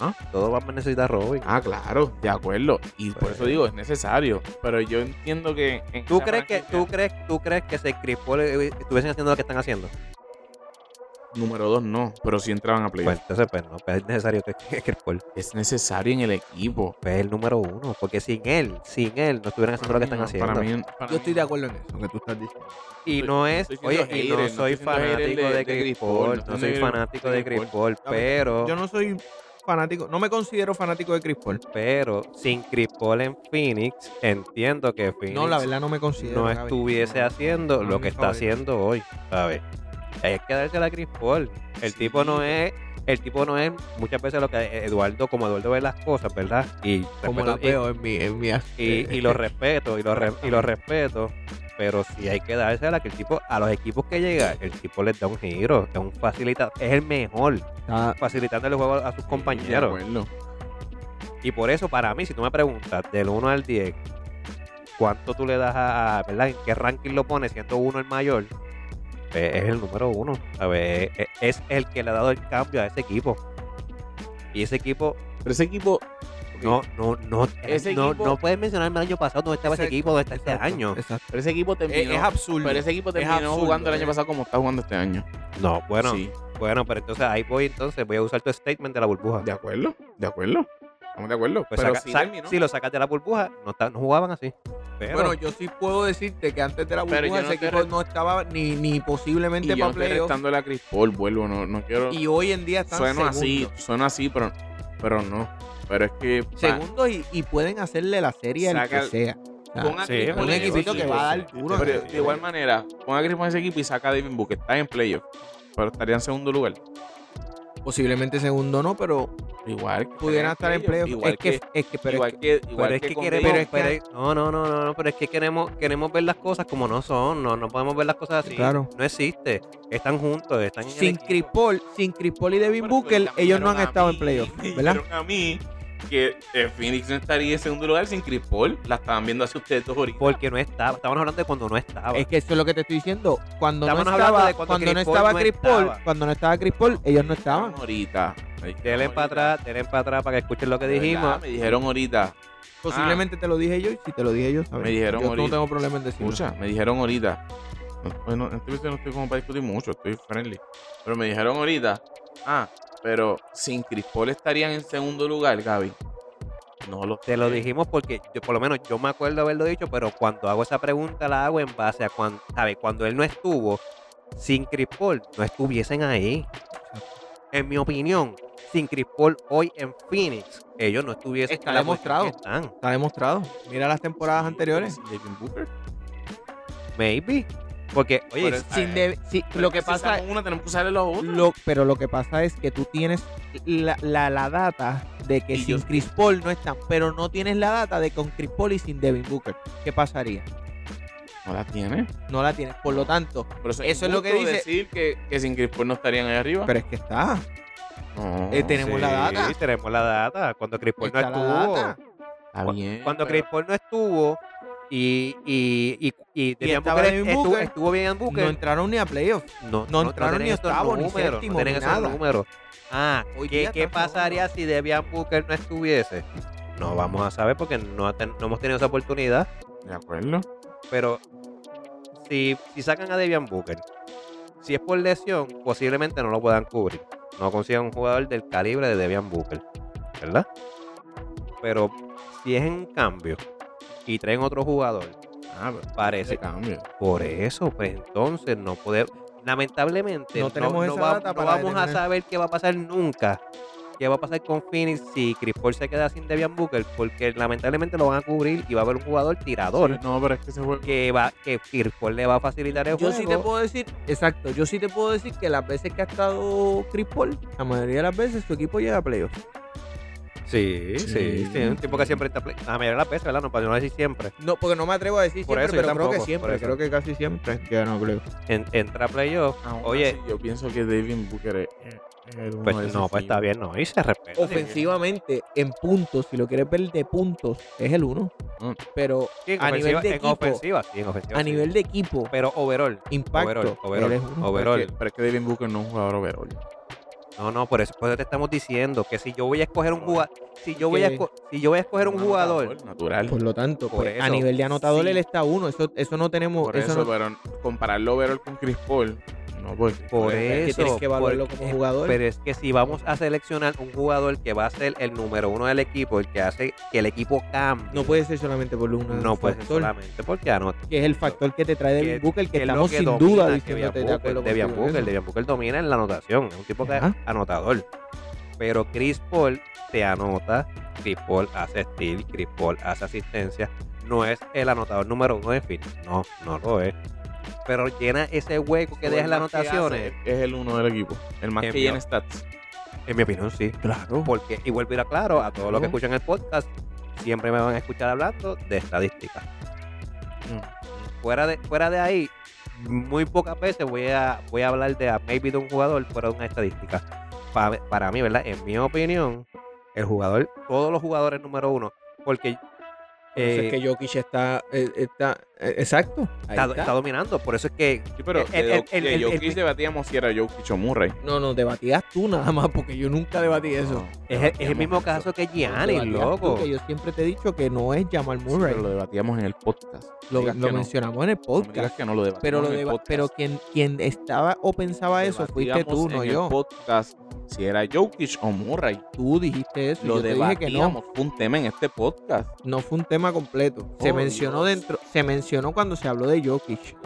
¿Ah? todo Batman necesita Robin. Ah, claro, de acuerdo. Y por Pues- eso digo, es necesario. Pero yo entiendo que. en ¿Tú esa crees, que, franquicia, ¿tú, crees, ¿Tú crees que si Chris Paul eh, estuviesen haciendo lo que están haciendo? Número dos, no. Pero sí entraban a Pues playoffs. entonces, pues no, pues es necesario que, que Chris Paul Es necesario en el equipo. Pues es el número uno, porque sin él, sin él, no estuvieran haciendo lo que Para mí están no, haciendo. Para mí, para Yo estoy mí de no. acuerdo en eso que tú estás diciendo. y no es, estoy siendo oye, y no hater, no soy estoy siendo hater de- fanático de, de Chris Chris Paul, Paul, no no estoy soy de- fanático de de Chris Chris Paul, pero pero, Yo no soy fanático, no me considero fanático de Chris Paul. pero sin Chris Paul en Phoenix, entiendo que Phoenix No, la verdad no me considero. no Gaby. estuviese haciendo No es lo mi que está favorito. haciendo hoy, ¿sabes? Hay que darse a Chris Paul. El Sí. tipo no es, el tipo no es muchas veces lo que Eduardo, como Eduardo ve las cosas, ¿verdad? Y Como la respeto- y- veo en mi. En mi y, y lo respeto, y lo, re- y lo respeto, pero sí hay que dársela que el tipo, a los equipos que llega, el tipo les da un giro, es un facilitador, es el mejor Está- facilitando el juego a, a sus compañeros. De acuerdo. Y por eso, para mí, si tú me preguntas del 1 al 10, ¿cuánto tú le das a, a- verdad? ¿En qué ranking lo pones? Siendo uno el mayor, pues es el número uno. ¿sabes? Es, es el que le ha dado el cambio a ese equipo. Y ese equipo, Pero ese equipo. no, no, no, Ese no, equipo- no puedes mencionarme el año pasado dónde estaba ese Exacto, equipo, dónde está este exacto, año. exacto. Pero ese equipo Es, terminó. es absurdo. pero ese equipo terminó absurdo, jugando el año eh. pasado como está jugando este año. No, bueno, Sí. bueno, pero entonces ahí voy, entonces voy a usar tu statement de la burbuja. De acuerdo, de acuerdo. Estamos de acuerdo. Pues pero saca- sí sa- terminó. si lo sacas de la burbuja, no, está- no jugaban así. Pero, Bueno, yo sí puedo decirte que antes de la Pero burbuja yo no ese estoy equipo re- no estaba ni, ni y posiblemente yo no para estoy playoff. restando a Chris Paul, vuelvo, no, no quiero. Y hoy en día están sueno así, segundos. sueno así, pero, pero no. Pero es que. pa- Segundos y, y pueden hacerle la serie al Saca que el- sea. O sea, pon a Sí, Chris Paul un en ese equipito que equipo. va a dar duro. Pero de igual Sí. manera, pon a Chris Paul en ese equipo y saca a Devin Booker. Está en playoff. Pero estaría en segundo lugar. Posiblemente segundo no, pero Igual. pudieran estar en playoff. Igual Es que, es que, pero es igual que- que, Pero igual es que con queremos, Devin- pero es- no, no, no, no, no, pero es que queremos, queremos ver las cosas como no son, no, no podemos ver las cosas así. Claro. No existe. Están juntos, están en el sin equipo. Chris Paul, sin Chris Paul y Devin Pero Booker, me ellos no han dijeron a estado mí, en playoff, me ¿verdad? dijeron a mí que eh, Phoenix no estaría en segundo lugar sin Chris Paul. La estaban viendo hace ustedes dos ahorita. Porque no estaba. Estábamos hablando de cuando no estaba. Es que eso es lo que te estoy diciendo. Cuando no Estamos Ah, hablando estaba, de cuando cuando no Chris Paul estaba no Chris Paul, estaba. Ah. cuando no estaba Chris Paul, ellos no estaban. Ahorita. Me dijeron Denle para ahorita. atrás, denle para atrás para que escuchen lo que De verdad, dijimos. Me dijeron ahorita. Posiblemente te lo dije yo y si te lo dije yo, sabes. Me dijeron yo no ahorita. tengo problema en decirlo. Escucha, me dijeron ahorita. No, Bueno, en este episodio no estoy como para discutir mucho, estoy friendly. Pero me dijeron ahorita. Ah, pero sin Chris Paul estarían en segundo lugar, Gaby. No lo Te lo dijimos porque yo, por lo menos yo me acuerdo haberlo dicho, pero cuando hago esa pregunta la hago en base a cuando, ¿sabes? Cuando él no estuvo, sin Chris Paul no estuviesen ahí. En mi opinión, sin Chris Paul hoy en Phoenix, ellos no estuviesen Está en la posición demostrado. que Están. Está demostrado. Mira las temporadas Sí, anteriores. pero sin Devin Booker. Maybe. Porque, oye, Pero- Sin de- sí, Pero lo es que si pasa sacamos una, tenemos que usarle los otros. lo, pero lo que pasa es que tú tienes la, la, la data de que Y sin yo- Chris Paul no están, pero no tienes la data de con Chris Paul y sin Devin Booker. ¿Qué pasaría? No la tiene. No la tienes. Por lo tanto, Pero eso, Eso es lo que injusto dice- decir que, que sin Chris Paul no estarían ahí Ah. arriba. pero es que está. no, eh, tenemos la data. Sí, tenemos la data. Cuando Chris Paul no Está la data. estuvo. está cu- bien. Cuando pero- Chris Paul no estuvo y, y, y, y, Devin estaba Booker Devin estuvo, Booker. estuvo bien en No Booker. entraron ni a playoffs. No, no entraron tienen ni esos octavo, ni números, séptimo, No tienen ni esos nada. números. Ah, Hoy ¿qué, día qué están todos. pasaría si Debian Booker no estuviese? No vamos a saber porque no, ten- no hemos tenido esa oportunidad. De acuerdo. Pero si, si sacan a Debian Booker, si es por lesión, posiblemente no lo puedan cubrir. No consigan un jugador del calibre de Debian Booker, ¿verdad? Pero si es en cambio y traen otro jugador, Ah, pero parece. ese cambio. Por eso, pues entonces no podemos. Lamentablemente, No no, tenemos no esa va- data no para vamos a determinar. saber qué va a pasar nunca. ¿Qué va a pasar con Phoenix si Chris Paul se queda sin Debian Booker? Porque lamentablemente lo van a cubrir y va a haber un jugador tirador No, pero es que ese juego. que va que Chris Paul le va a facilitar el Yo juego. sí te puedo decir, exacto, yo sí te puedo decir que las veces que ha estado Chris Paul, la mayoría de las veces su equipo llega a playoffs. Sí, sí, sí, Sí. Un tipo que siempre está. play- La mayoría de las veces, ¿verdad? No, para no decir siempre. No, porque no me atrevo a decir Por siempre, eso, pero yo creo que tampoco, por siempre, eso. creo que casi siempre llega no playoffs. En- entra a playoff. Aún Oye. así, yo pienso que Devin Booker es. es- es uno Pues de esos no, tipos. pues está bien, no. Y se respeta. ofensivamente, en puntos, si lo quieres ver de puntos, es el uno. Mm. Pero Sí, en a nivel ofensiva- de En equipo, ofensiva, sí, en ofensiva. a sí. nivel de equipo, Pero overall. impacto, Overall, overall, él es uno. Pero overall. es, que, pero es que Devin Booker no es un jugador overall. No, no, por eso, por eso te estamos diciendo que si yo voy a escoger un Bueno. jugador, si yo voy a Que- esco- si yo voy a escoger un jugador, Natural. Por lo tanto, Por pues, a eso, nivel de anotador, sí. él está uno. Eso, eso no tenemos. Por eso eso, no- pero compararlo overall con Chris Paul. No, pues. por es que eso tienes que evaluarlo porque- como jugador. Pero es que si vamos a seleccionar un jugador que va a ser el número uno del equipo, el que hace que el equipo cambie, no puede ser solamente por uno. no puede ser factor, solamente porque anota. Que es el factor que te trae Que- Devin Booker, que, es lo estamos que sin domina duda Devin diciéndote de Booker, acuerdo Devian contigo en Booker, eso. Devian Booker domina en la anotación, es un tipo que Ajá. es anotador. Pero Chris Paul te anota, Chris Paul hace steal, Chris Paul hace asistencia. No es el anotador número uno de Phoenix, no, no lo es. Pero llena ese hueco que deja en las El más que anotaciones. hace Es el uno del equipo. El más Es que mío. llena stats. En mi opinión, sí. Claro. Porque, y vuelvo a ir a claro, a todos los que Claro. escuchan el podcast, siempre me van a escuchar hablando de estadísticas. Mm. Fuera de, fuera de ahí, muy pocas veces voy a, voy a hablar de a maybe de un jugador fuera de una estadística. Pa- para mí, ¿verdad? En mi opinión, el jugador, todos los jugadores número uno, porque eh, es que Jokic está. eh, está eh, exacto. ahí está, está. está dominando. Por eso es que Sí, pero El- de, el- el- de el- el- Jokic debatíamos si era Jokic o Murray. No, no, debatías tú nada más, porque yo nunca debatí eso. es, el- es el mismo caso que Giannis, Debatías tú, loco. que yo siempre te he dicho que no es Jamal Sí, Murray. pero lo debatíamos en el podcast. lo Digas lo que no. mencionamos en el No me digas podcast. que no lo debatimos Pero, lo en el deba- podcast. pero quien, quien estaba o pensaba eso fuiste tú, Debatíamos no en el yo. podcast si era Jokic o Murray. Tú dijiste eso. y Lo yo te dije que no. debatíamos. Fue un tema en este podcast. no fue un tema completo. se Oh, mencionó Dios. dentro, se mencionó cuando se habló de Jokic.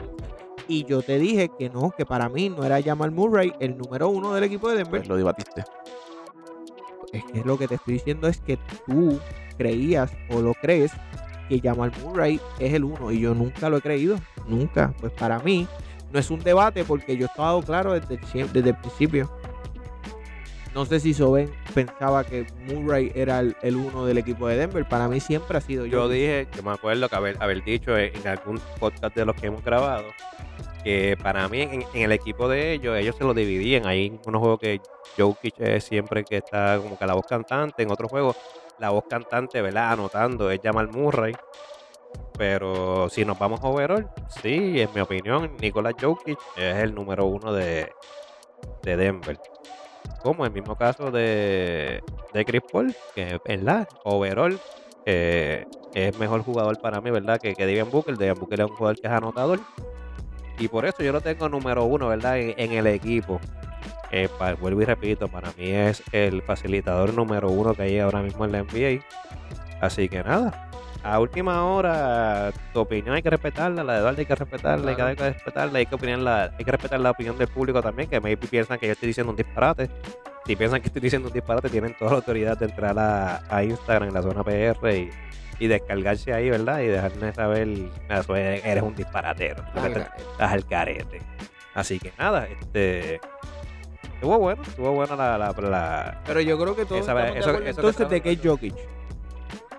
Y yo te dije que no, que para mí no era Jamal Murray el número uno del equipo de Denver. Pues lo debatiste. Es que lo que te estoy diciendo es que tú creías o lo crees que Jamal Murray es el uno. Y yo nunca lo he creído. Nunca. Pues para mí no es un debate porque yo he estado claro desde el, siem- desde el principio. No sé si Soben pensaba que Murray era el, el uno del equipo de Denver. Para mí siempre ha sido Yo Jokic. dije, yo me acuerdo que haber, haber dicho en en algún podcast de los que hemos grabado, que para mí en, en el equipo de ellos, ellos se lo dividían. Hay unos juegos que Jokic es siempre que está como que la voz cantante, en otros juegos la voz cantante, ¿verdad? Anotando, es Jamal Murray. Pero si nos vamos a overall, sí, en mi opinión, Nicolás Jokic es el número uno de, de Denver. Como el mismo caso de, de Chris Paul, que ¿verdad? overall eh, es mejor jugador para mí, ¿verdad? Que, que Devin Booker. Devin Booker es un jugador que es anotador. Y por eso yo lo tengo número uno, ¿verdad? En, en el equipo. Eh, pa- vuelvo y repito, para mí es el facilitador número uno que hay ahora mismo en la NBA. Así que nada. A última hora, tu opinión hay que respetarla, la de Eduardo hay que respetarla, hay que- Claro. hay que respetarla, hay que, opinar la, hay que respetar la opinión del público también, que maybe piensan que yo estoy diciendo un disparate. Si piensan que estoy diciendo un disparate, tienen toda la autoridad de entrar a, a Instagram, en la zona PR y, y descargarse ahí, ¿verdad? Y dejarme saber, "Mira, Zoe, eres un disparatero, tú que te- Ah, estás al carete. Así que nada, este... Estuvo bueno, estuvo bueno la... la, la- Pero yo creo que todos Esa- estamos de eso- acuerdo eso que entonces de que es estamos Jokic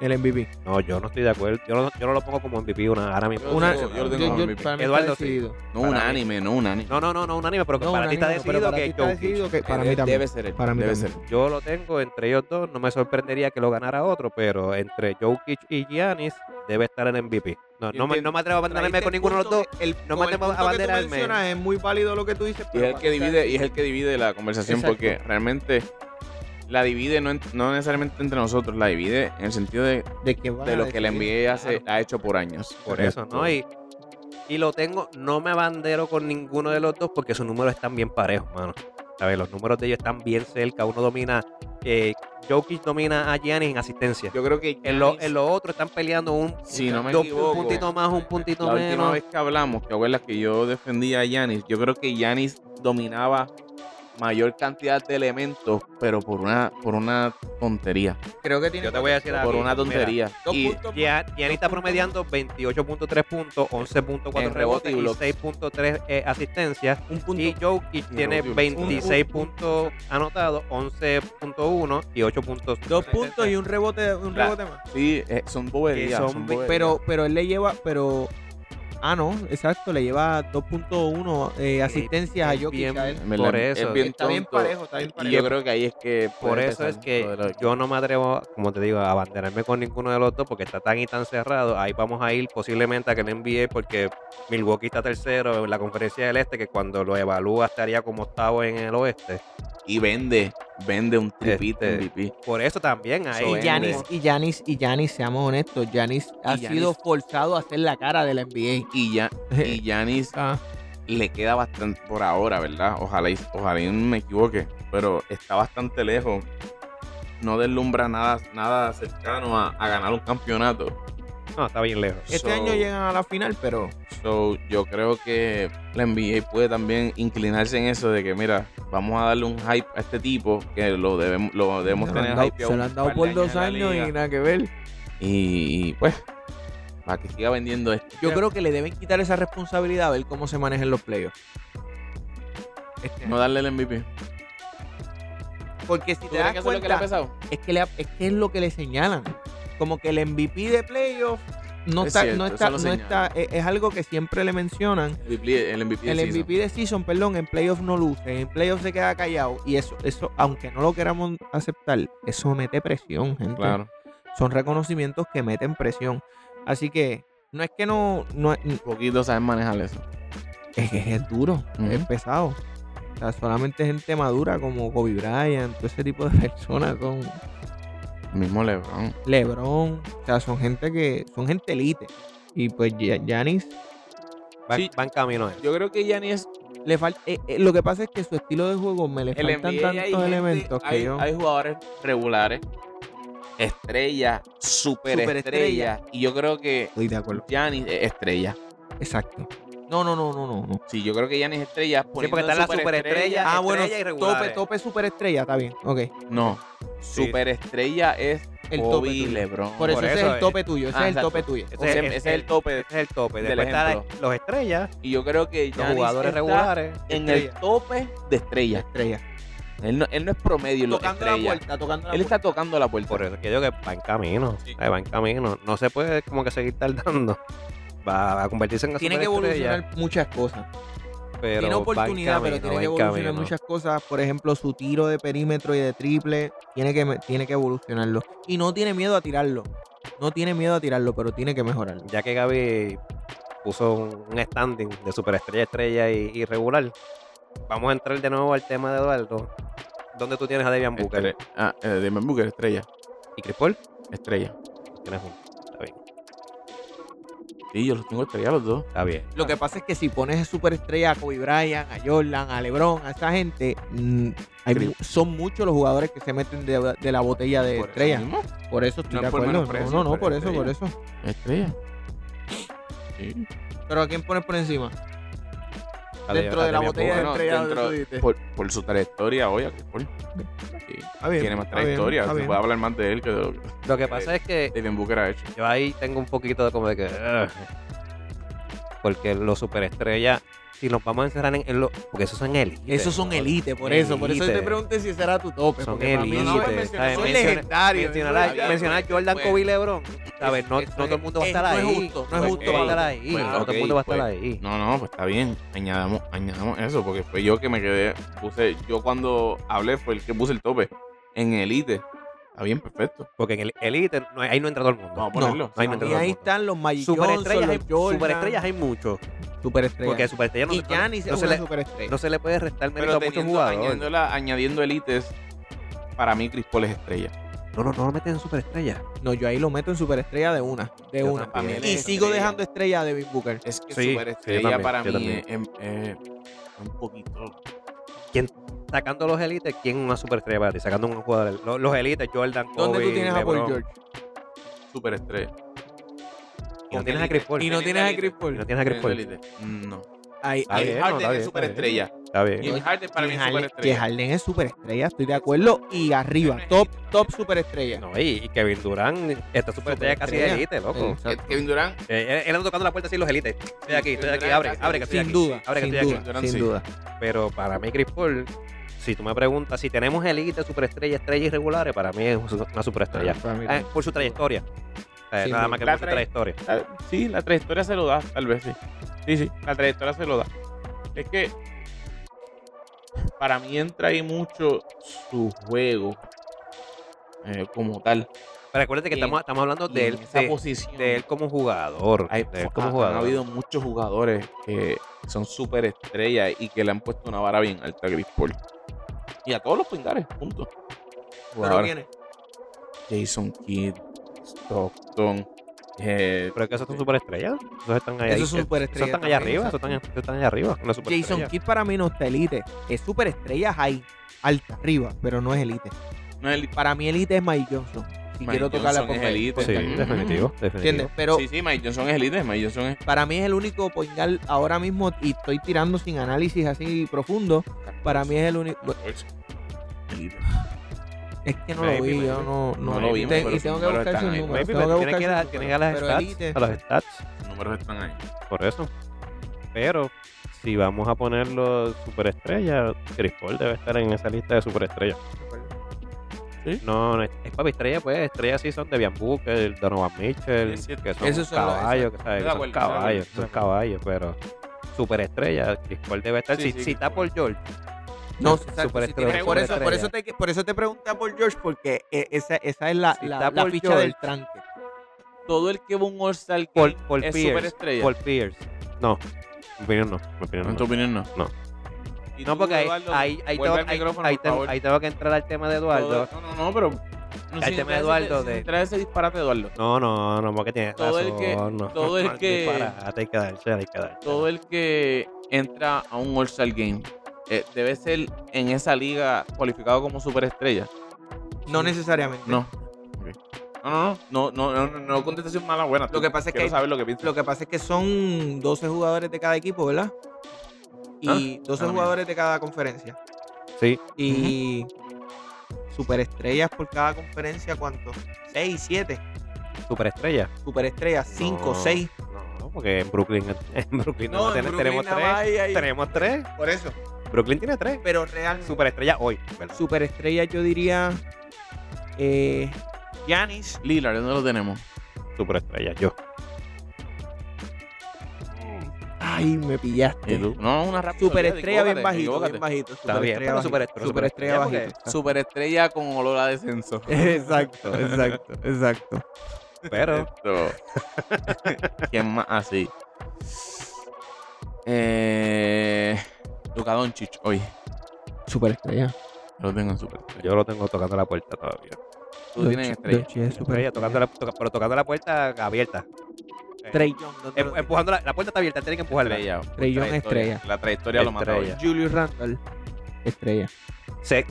el MVP. No, yo no estoy de acuerdo, yo no, yo no lo pongo como MVP una, ahora mismo. Yo Una- lo tengo- yo lo tengo como MVP. para mí Eduardo, está sí. decidido. No Para unánime, no unánime. No, no, no, no unánime, pero que No, para ti está unánime, pero decidido para ti que está Jokic. decidido que para mí Debe- también. Debe ser él. Para mí debe también. ser él. Yo lo tengo entre ellos dos, no me sorprendería que lo ganara otro, pero entre Jokic y Giannis debe estar el MVP. No, no, me, no me atrevo a abandonarme con ninguno de los dos. no me atrevo a abanderarme. Es muy válido lo que tú dices. Y es el que divide, y es el que divide la conversación Exacto. porque realmente la divide no, en- no necesariamente entre nosotros, la divide en el sentido de, de, que van de a lo que la decidir. NBA hace, ha hecho por años. Por eso, ¿no? Y, y lo tengo, no me bandero con ninguno de los dos porque sus números están bien parejos, mano. A ver, los números de ellos están bien cerca. Uno domina, eh, Jokic domina a Giannis en asistencia. Yo creo que En lo, Giannis, en lo otro están peleando un, Si no me dos- equivoco, eh, un puntito más, un puntito la última menos. vez que hablamos, que abuela que yo defendía a Yanis, yo creo que Yanis dominaba mayor cantidad de elementos, pero por una, por una tontería. Creo que tiene Yo te voy a decir Por algo, una mira, tontería. dos Y puntos más. Gian- Giannis está promediando 28.3 puntos, 11.4 En rebote rebotes y y bloques. 6.3 eh, asistencias. Un punto. Y Jokic Un tiene rebote y un 26 bloque. puntos anotados, 11.1 y 8.2. dos puntos y un rebote, un La- rebote más. sí, eh, son boberías. Que son son ve- boberías. Pero, pero él le lleva, pero. Ah, no, exacto, le lleva 2.1 eh, asistencias a es Jokic. bien- a él. En verdad, por es eso. bien Está bien tonto. parejo, está bien Y parejo. yo creo que ahí es que. Por puede eso es empezar que lo de la- yo no me atrevo, como te digo, a abanderarme con ninguno de los dos porque está tan y tan cerrado. Ahí vamos a ir posiblemente a que el NBA porque Milwaukee está tercero en la conferencia del este, que cuando lo evalúa estaría como octavo en el oeste. Y vende, vende un tripito Este, MVP. Por eso también ahí. So, Y Bueno, Giannis, bueno. y Giannis, y Giannis, seamos honestos, Giannis ha Giannis- sido forzado a hacer la cara de la NBA. Y ya, y Yanis Ah, le queda bastante por ahora, ¿verdad? Ojalá y, ojalá y no me equivoque, pero está bastante lejos. No deslumbra nada, nada cercano a, a ganar un campeonato. No, está bien lejos. este So- año llegan a la final, pero So, yo creo que la NBA puede también inclinarse en eso de que, mira, vamos a darle un hype a este tipo, que lo debemos, lo debemos se lo tener han dado- hypeado se un lo han dado par de por dos en la años liga. y nada que ver. Y, y, pues, para que siga vendiendo esto. Yo creo que le deben quitar esa responsabilidad a ver cómo se manejan los playoffs. Este No año. darle el MVP. Porque si ¿Tú te crees das que eso es lo que le ha cuenta, pesado? es que, le ha- es que es lo que le señalan. Como que el MVP de playoff no Es está, cierto, no eso está, lo no está, es, es algo que siempre le mencionan. MVP, el MVP. El de season. MVP de season, perdón, en playoff no luce, en playoff se queda callado. Y eso, eso, aunque no lo queramos aceptar, eso mete presión, gente. Claro. Son reconocimientos que meten presión. Así que no es que no, no es Poquito saben manejar eso. es que es duro, es Ujú. pesado. O sea, solamente gente madura como Kobe Bryant, todo ese tipo de personas son Mismo LeBron. LeBron, o sea, son gente que son gente elite. Y pues Yanis Van, Sí. van camino a eso. Yo creo que Gianni es le falta eh, lo que pasa es que su estilo de juego me le faltan NBA hay tantos gente- elementos que hay, yo hay jugadores regulares, estrellas, superestrellas. Superestrellas. Y yo creo que estoy de acuerdo. Giannis es estrella. Exacto. No, no, no, no, no, no. Sí, yo creo que Giannis es estrella. porque poniendo están las superestrellas- ah, superestrellas. Ah, bueno, Estrella y regulares. tope, tope superestrella, está bien. Ok. No, Sí. superestrella es El Kobe tope tuyo. LeBron. Por eso, Por ese eso es el es- tope tuyo, ese Ah, es el exacto. tope tuyo. Ese, Ese- ese ese- es el tope. de- Ese es el tope. Del Después están ejemplo. las- los estrellas, Y yo creo que los Giannis jugadores está regulares. en estrellas. el tope de estrella. Estrella. Él no, él no es promedio en los estrellas. tocando Él está tocando la puerta. Por eso es que yo que va en camino. Sí. eh, Va en camino. No se puede como que seguir tardando. Va a convertirse en una Tiene que superestrella, evolucionar muchas cosas. pero tiene va en oportunidad, pero camino, tiene va que en evolucionar camino. muchas cosas. Por ejemplo, su tiro de perímetro y de triple tiene que, me- tiene que evolucionarlo. Y no tiene miedo a tirarlo. No tiene miedo a tirarlo, pero tiene que mejorarlo. Ya que Gaby puso un un standing de superestrella, estrella y, y regular, vamos a entrar de nuevo al tema de Eduardo. ¿Dónde tú tienes a Debian Booker? Estre- Ah, eh, Devin Booker, estrella. ¿Y Chris Paul? Estrella. Tienes uno. Está bien. Sí, yo los tengo estrella los dos. Está bien. Lo que pasa es que si pones superestrella a Kobe Bryant, a Jordan, a LeBron, a esa gente, mm, hay mu- son muchos los jugadores que se meten de, de la botella de Por eso estrella. mismo, Por eso estoy No de es por acuerdo. menosprecio, no, no, no, por eso, superestrella. por eso. Estrella. Sí. Pero ¿a quién pones por encima? A Dentro Dev- de la a Devian botella de Booker. Bueno, estrella donde dentro- tú dices. por, por su trayectoria, oye, que por- sí, Está Ah, bien, tiene más está bien, trayectoria. está Se bien. puede hablar más de él que de lo que Lo que pasa es que Devin Booker ha hecho. yo ahí tengo un poquito de como de que. "Ugh". porque los superestrellas, si nos vamos a encerrar en, en lo- Porque esos son él. Esos son elite, por eso. Por eso yo te Elite. pregunté si será tu tope. Son porque para mí elite. no, pues, ¿sabes? mencionó- son Menciona- legendario. Mencionar a, mencionar a Jordan, Bueno, Kobe y LeBron. ¿Sabes? eso No, no es- todo el mundo va a es- estar no es ahí. justo, no es todo el justo mundo va a estar para- ahí. Bueno, no todo ok, el mundo va a estar pues, ahí. No, no, pues está bien. Añadamos, añadamos eso, porque fue yo que me quedé. Puse, yo cuando hablé fue el que puse el tope. En Elite. E. Está bien, perfecto. Porque en el Elite no, ahí no entra todo el mundo. Vamos a ponerlo. ahí Y no entra ahí están los Magic superestrellas, pues, Johnson, hay, los Jordan. superestrellas hay muchos. Superestrellas. Porque superestrellas no, y no- Giannis no es se una le, superestrella. no se le puede restar mérito Pero a muchos teniendo, jugadores. añadiéndola- añadiendo Elites, para mí Chris Paul es estrella. No, no, no lo meten en superestrellas. No, yo ahí lo meto en superestrella de una. De Yo una. también. Y Estrella. sigo dejando estrella de Devin Booker. Es que Sí, superestrella yo también, para mí yo también. es, es- es un poquito. Sacando los elites, ¿quién es una superestrella para ti? Sacando un jugador. Los, los elites, Jordan, Kobe, ¿Dónde tú tienes a Paul LeBron. George? superestrella. Y no tienes a Chris Paul. Y no tienes a Chris Y Paul. no tienes a Chris Paul. Mm, No. Ahí, Está ahí. bien, James Harden es no, está bien, está bien. superestrella. Está bien. James Harden para mí Que es Harden- que superestrella. Harden es superestrella, estoy de acuerdo. Y arriba, top, top superestrella. No, y, y Kevin Durant, esta superestrella casi de Superestrella. elite, loco. Exacto. Kevin Durant, Eh, él- él anda tocando la puerta así los elites. Estoy aquí, estoy aquí, abre, abre que estoy Sin aquí. duda, Abre que sin estoy duda, Durant sin sí. duda. Pero para mí, Chris Paul, si tú me preguntas si tenemos elite, superestrella, estrella y regulares, para mí es una superestrella. Para mí Eh, por su trayectoria. Eh, Sí, nada sí. más que La por su tra- trayectoria. la- sí, la trayectoria se lo da, tal vez sí. Sí, sí, la trayectoria se lo da. Es que para mí entra ahí mucho su juego eh, como tal. Pero acuérdate que Y- estamos, estamos hablando Y de él, en esa de, posición. de él como jugador. Hay, ah, de él ha- como han jugador. habido muchos jugadores que son súper estrellas y que le han puesto una vara bien alta a Chris Paul. Y a todos los pingares, punto. Jugadores. quién es? Jason Kidd, Stockton, eh, Pero es que esas son superestrellas. Esos están allá, Esos son esos superestrellas están allá también, arriba. Esos están, esos están allá arriba. una superestrella. Jason Kidd para mí no está elite. Es superestrella high, alta, arriba, pero no es elite. no es el- Para mí elite es Mike Johnson. Si Mike quiero tocar la Johnson es elite. pues, Sí, Ujú. definitivo. Mm-hmm. definitivo. ¿Entiendes? Pero sí, sí, Mike Johnson es elite, Mike Johnson es para mí es el único point guard ahora mismo, y estoy tirando sin análisis así profundo, para mí es el único... pues. elite. Es que no Maybe, lo vi, maybe. yo no... no, No lo vimos, Te- pero y tengo sus que números buscar están sus ahí. números. Maybe, tengo que buscar pero tienes pues, que ir sus números, a, tienes que ir a las pero stats. elite- A las stats. Los números están ahí. Por eso. Pero si vamos a ponerlo superestrella, Chris Paul debe estar en esa lista de superestrellas. Sí. No, no es, es papi, estrella, pues, estrellas sí son Debian Booker, Donovan Mitchell, Es cierto. que son Esos son los- caballos, que, Estoy sabes, de que son acuerdo, estoy de acuerdo, caballos, estoy de son caballos, pero superestrella, Chris Paul debe estar, Sí, si, sí, si está Chris por George, No, si está- si Superestrella, tiene- por, eso, por, eso superestrella. te, por eso te pregunta por George, porque eh, esa, esa es la, Si la, está la por ficha George. del tranque. Todo el que va a un All-Star Game Paul, Paul es Pierce, superestrella. Paul Pierce, no, mi opinión no, mi opinión En no. tu opinión, no. Y No, tú, porque ahí, Eduardo, ahí, vuelve ahí tengo, al ahí- micrófono, ahí por tengo- favor. ahí tengo que entrar al tema de Eduardo. Todo- No, no, no, pero. No, tema de entrar ese- Eduardo sin de- entrar ese disparate, Eduardo. No, no, no, porque tienes Todo el razón. que- no. todo el que- Disparate, hay que darse, hay que darse. Todo el que entra a un All-Star Game eh, debe ser en esa liga cualificado como superestrella. No necesariamente. No. No, no, no, no, no, no, no contestación mala buena. Lo que pasa es que Quiero hay- saber lo que piensas. Lo que pasa es que son 12 jugadores de cada equipo, ¿verdad? Y 12 Ah, mira. jugadores de cada conferencia. Sí, Y superestrellas por cada conferencia, ¿cuánto? 6, 7. superestrella. Superestrellas, 5, No. 6. No, porque en Brooklyn, en Brooklyn no, ten- tenemos tres. Tenemos tres. Por eso. Brooklyn tiene tres. Pero realmente. Superestrella hoy, ¿verdad? superestrellas yo diría. eh, Yanis. Lillard, ¿dónde lo tenemos? Superestrella, yo. Mm. Ay, me pillaste. ¿Y tú? No, una rápida. Superestrella bien equivócate, bajito, bien equivócate. bajito. Está bien, Superestrella pero bajito. superestrella, Superestrella superestrella, bajito. Superestrella con olor a descenso. Exacto, exacto, exacto. Pero Esto. ¿Quién más? Ah, Así. eh. Luka Doncic, hoy. Superestrella. Lo tengo en super. yo lo tengo tocando la puerta todavía. Tú tienes estrella. Superestrella, tocando la, toca- pero tocando la puerta abierta. Em- empujando la, la puerta está abierta, tiene que empujarla. Estrella. Trey Young, Trayectoria. estrella. La trayectoria lo mató hoy. Estrella. Julius Randall. Estrella. Se-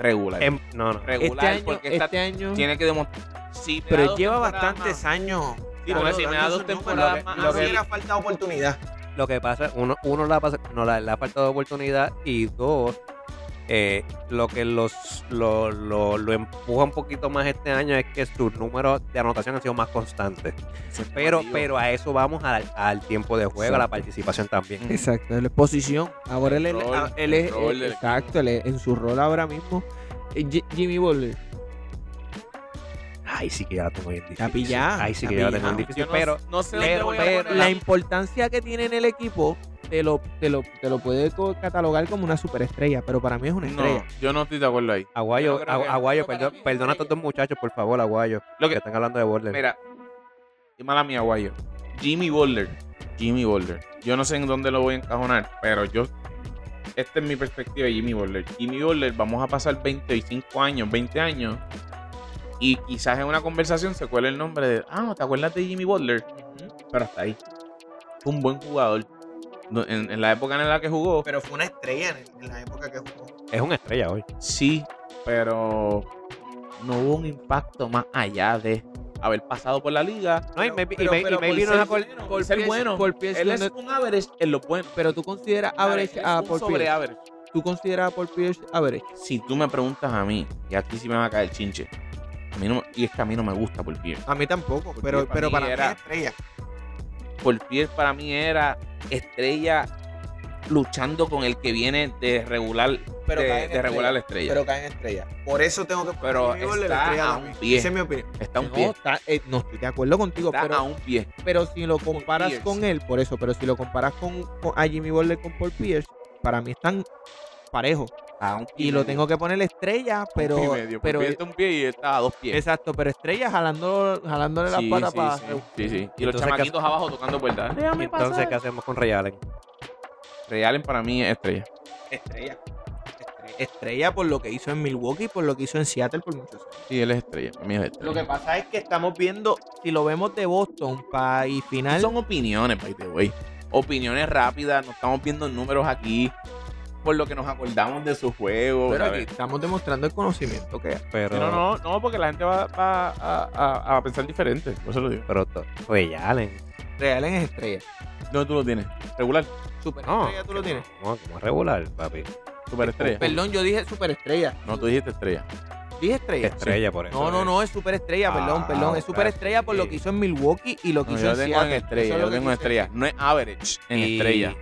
Regular. em- no, no. regular Este año, porque este esta año. tiene que demostrar. Sí, me da Pero dos lleva temporadas bastantes más. años. Sí, porque si me da dos temporadas más. lo que- así era- falta oportunidad. Lo que pasa, uno, uno la pasa- no la- le ha faltado oportunidad y dos, eh, lo que los lo, lo, lo empuja un poquito más este año es que sus números de anotación han sido más constantes. Pero, pero a eso vamos al, al tiempo de juego, a la Exacto. participación también. Exacto, la posición. Ahora él, es- Rol, ah, él es. rol eh, del exacto, él es- en su rol ahora mismo. Eh, Ji- Jimmy Butler. Ay, sí que ya la tengo bien difícil. La pillada, Ay, sí la que ya la pillada. tengo bien Yo difícil. no- Pero no sé pero- dónde voy a pero- poner La la- importancia que tiene en el equipo te lo, te lo, te lo puede co- catalogar como una superestrella, pero para mí es una No, estrella. yo no estoy de acuerdo ahí. Aguayo, yo creo que- Agu- Aguayo, yo para perdón- mí es perdona a estos dos muchachos, por favor, Aguayo. Lo Lo que- que, están hablando de Border. Mira, y mala mía, guayo. Jimmy Boulder. Jimmy Boulder. Yo no sé en dónde lo voy a encajonar, pero yo. Esta es mi perspectiva de Jimmy Boulder. Jimmy Boulder, vamos a pasar 25 años, 20 años. Y quizás en una conversación se cuela el nombre de. Ah, no, ¿te acuerdas de Jimmy Boulder? Pero hasta ahí. Fue un buen jugador. No, En, en la época en la que jugó, Pero fue una estrella en, la época que jugó. Es una estrella hoy. sí, pero no hubo un impacto más allá de haber pasado por la liga No, y maybe, pero- y maybe, pero y por maybe no es ser- acor- por ser Pierce- bueno. Paul Pierce él es no- un average en lo bueno. Pero tú consideras average ah, Él es a un Paul sobre Pierce. average. ¿Tú consideras a Paul Pierce average? Si tú me preguntas a mí, y aquí sí me va a caer el chinche. A mí no, y es que a mí no me gusta Paul Pierce. A mí tampoco, pero- pero para mí es estrella. Paul Pierce para mí era estrella luchando con el que viene de regular Pero cae de, en de estrella. regular la estrella. pero caen estrellas. Por eso tengo que poner Pero a Jimmy Butler está estrella a también. un pie. Esa es mi opinión. está a un No, pie. está- eh, no estoy de acuerdo contigo, Está a pero, un pie. pero si lo comparas Pierce. con él, por eso, pero si lo comparas con, con- a Jimmy Butler con Paul Pierce, para mí están parejos. A un Y lo tengo que poner estrella, pero, pero pero está a un pie y está a dos pies. exacto, pero estrella jalando, jalándole las Sí, patas sí, para sí, sí, sí. Y los Entonces, chamaquitos ¿qué- abajo tocando puertas. Entonces, ¿qué hacemos con Ray Allen? Realen para mí es estrella. estrella. Estrella por lo que hizo en Milwaukee, por lo que hizo en Seattle por muchos años. Sí, él es estrella. Para mí es estrella. Lo que pasa es que estamos viendo, si lo vemos de Boston para y final, Son opiniones, by the way. Opiniones rápidas, no estamos viendo números aquí. Por lo que nos acordamos de su juego. pero aquí ¿sabes? estamos demostrando el conocimiento que hay. Pero, Sí, no, no, no, porque la gente va, va a, a- a pensar diferente. Por eso lo digo. pero to- Ray Allen. Real en estrella. ¿Dónde tú lo tienes? ¿Regular? No, Superestrella tú lo tienes. Oh, como, como regular, papi. ¿Superestrella? Perdón, yo dije superestrella. No, tú dijiste estrella. Dije estrella. Estrella, por eso. No, no, es. no, es superestrella, perdón, Ah, perdón. Es ok. superestrella por lo que hizo en Milwaukee y lo que No, hizo yo en tengo en Seattle. Eso estrella, es yo lo que tengo en quise estrella. No es average en Y- estrella.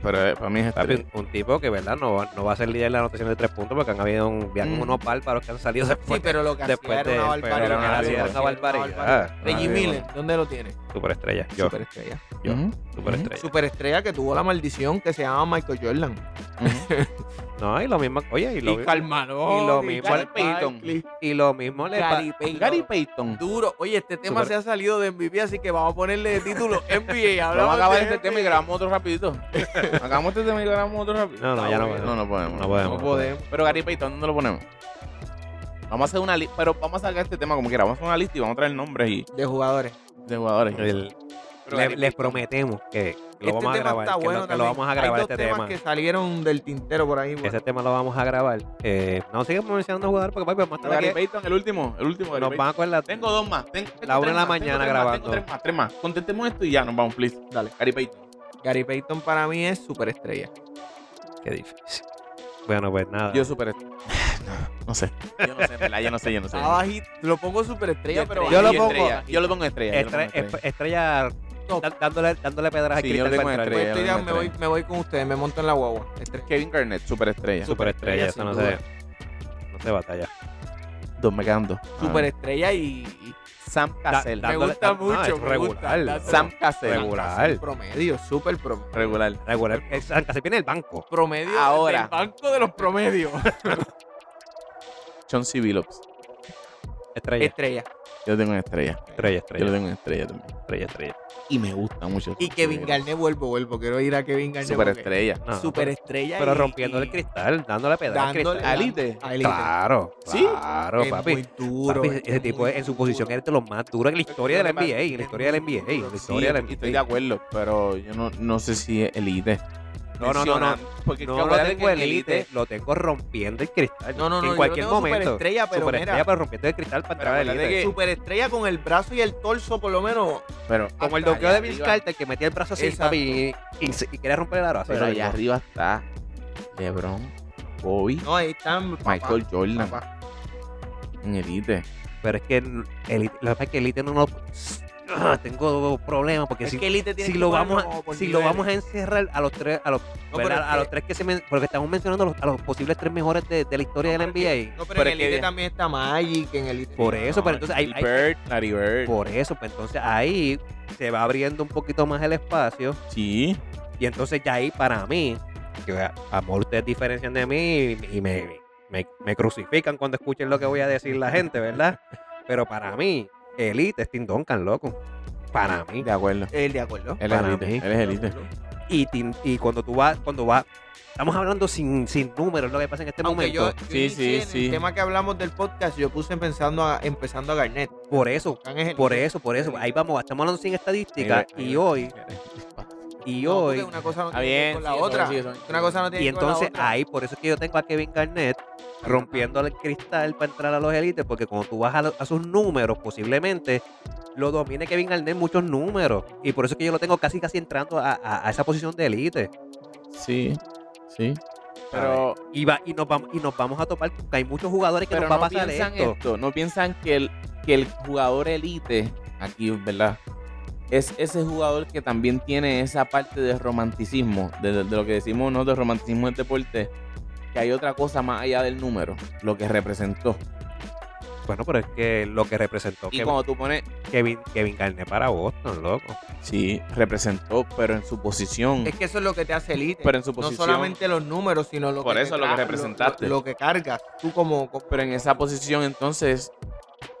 Pero eh, para mí es Papi, estrella. un- un tipo que, ¿verdad? No, va- no va a ser líder en la anotación de tres puntos porque han habido un, habían Mm. unos bárbaros que han salido Sí, después. pero lo que después hacía de era una él, pero barbaridad. era una- lo que era hacía una barbaridad. Ah, Reggie ah, Miller, ¿dónde lo tiene? Superestrella. Yo, Superestrella. yo, Ujú, superestrella. Superestrella que tuvo la maldición que se llama Michael Jordan. ujú. No, y lo mismo, oye, y lo, Y mi- Carmelo. y lo mismo al Peyton. y lo mismo le pa- Gary Payton. Gary Payton. Duro. Oye, este tema Super- se ha salido de MVP, así que vamos a ponerle de título NBA. Vamos a Hablamos acabar de este tema y grabamos otro rapidito. Acabamos este tema y grabamos otro rapidito. No, no, ya no Está bueno. podemos. No, no podemos. No podemos. No podemos. Pero Gary Payton, ¿dónde lo ponemos? Vamos a hacer una lista, pero vamos a sacar este tema como quiera. Vamos a hacer una lista y vamos a traer nombres y De jugadores. de jugadores. el- Pero le- Gary les Payton- prometemos que lo este vamos a tema grabar. está que bueno lo, que lo también. vamos a grabar Hay este dos temas tema. que salieron del tintero por ahí. pues. bueno. Ese tema lo vamos a grabar. Eh, no sigamos mencionando jugadores porque papi, vamos a Pero estar Gary aquí. Payton, el último, el último. Gary Nos Payton. van a acordar. Tengo dos más. Ten- tengo La una tres de la más, mañana tengo tres más, grabando. Tengo tres más, tres más. Contestemos esto y ya nos vamos, please. Dale. Gary Payton. Gary Payton para mí es superestrella. Qué difícil. Bueno, pues nada. Yo super. no, no sé. Yo no sé, en verdad, yo no sé, yo no sé. Abajito. Lo pongo superestrella, Ah, pero yo lo bajito. pongo. Estrella. Yo lo pongo estrella. yo lo Estre- pongo estrella. esp- estrella Top. da- dándole, dándole pedras Sí, a yo Cristal tengo para entrar. Pues estrella. estoy yo ya, lo me, pongo voy, me voy con ustedes, me monto en la guagua. Este Estrella. Kevin Garnett, superestrella. Superestrella, eso sin no duda. se, no se batalla. Dos, me quedan dos. Ah. Superestrella y, y Sam Cassell. me Dándole- gusta ah, mucho. es me regular, gusta. ¿no? Sam Cassell. Regular. Promedio, super promedio. Regular. Regular. Es- Se viene el banco. Promedio Ahora. del banco de los promedios. John C. Billups. Estrella, Estrella. Yo tengo una estrella. Yo estrella, lo estrella, tengo una estrella también. estrella, estrella. Y me gusta mucho. Y Kevin Garnett, vuelvo, vuelvo. Quiero ir a Kevin Garnett. porque- Superestrella. No, no, Superestrella. Pero y- rompiendo y el cristal, dándole pedras al dándole- cristal. Alite. a Elite. Claro, Sí. claro, Es papi. Muy duro. Papi, es ese tipo muy es- en su posición duro. es de los más duros en la historia de la NBA, en la historia de la NBA, en la Sí, historia de la y estoy de NBA. acuerdo, pero yo no, no sé si es elite. No, no, no, no. Mencionan- Porque No lo acuérdate tengo que en elite, lo tengo rompiendo el cristal. No, no, no. En cualquier momento. Superestrella, pero Superestrella, mira, eh, pero rompiendo el cristal para Pero entrar al acuérdate elite. que- superestrella con el brazo y el torso, por lo menos. Pero, Como el Hasta doqueo allá de Vince arriba. Carter que metía el brazo así Exacto. papi, y, y, se- y quería romper el aro. Así pero lo allá mismo. arriba está LeBron, Kobe, No, ahí están. papá, Michael Jordan papá. en elite. Pero es que el, el- lo que pasa es que Elite no lo. Ah, tengo problemas porque Es si, que Elite tiene si que lo jugarlo vamos como a, por si lo niveles. vamos a encerrar a los tres a los, No, ¿verdad? pero es a que- los tres que se men- porque estamos mencionando a los, a los posibles tres mejores de, de la historia de la No, pero es NBA. No, pero, Pero es en que Elite ya- también está Magic. En Elite. Por eso, pero entonces hay- Larry hay- Bird, Larry Bird. Por eso, pues entonces ahí se va abriendo un poquito más el espacio Sí. y entonces ya ahí para mí, que a a lo mejor ustedes diferencian de mí y, y me, me, me crucifican cuando escuchen lo que voy a decir la gente, ¿verdad? Pero para mí, Elite es Tim Duncan, loco. Para mí. De acuerdo. El de acuerdo. Él es Para elite. mí. Él es elite. y, tin- y cuando tú vas, cuando vas, estamos hablando sin, sin números, lo que pasa en este Aunque yo, momento. yo Sí, sí, inicié en sí. el tema que hablamos del podcast, yo puse pensando a, empezando a Garnett. Por eso, Can es el- por eso, por eso. Ahí vamos, estamos hablando sin estadísticas. Ahí ve- ahí Y ve. hoy, y No, porque hoy. una cosa no Está tiene que ver bien. con la sí, eso otra. sí, eso sí. Una cosa no tiene Y que ver con la entonces otra. ahí, por eso es que yo tengo a Kevin Garnett rompiendo el cristal para entrar a los élites, porque cuando tú vas a, lo- a sus números, posiblemente lo domine Kevin Garnett muchos números. Y por eso es que yo lo tengo casi casi entrando a, a- a esa posición de élite. Sí. Sí. Pero, Y, va, y, nos vamos, y nos vamos a topar, porque hay muchos jugadores que pero nos va no a pasar piensan esto. esto. No piensan que el, que el jugador elite, aquí, ¿verdad? Es ese jugador que también tiene esa parte de romanticismo, de, de- de lo que decimos nosotros, romanticismo del deporte, que hay otra cosa más allá del número, lo que representó. Bueno, pero es que lo que representó Y Kevin, cuando tú pones, Kevin, Kevin Garnett para Boston, loco. sí, representó, pero en su posición, Es que eso es lo que te hace elite. pero en su no posición, solamente los números, sino lo Por que te eso lo que tra- representaste. Lo, lo que cargas. Tú como, como- pero en esa posición entonces,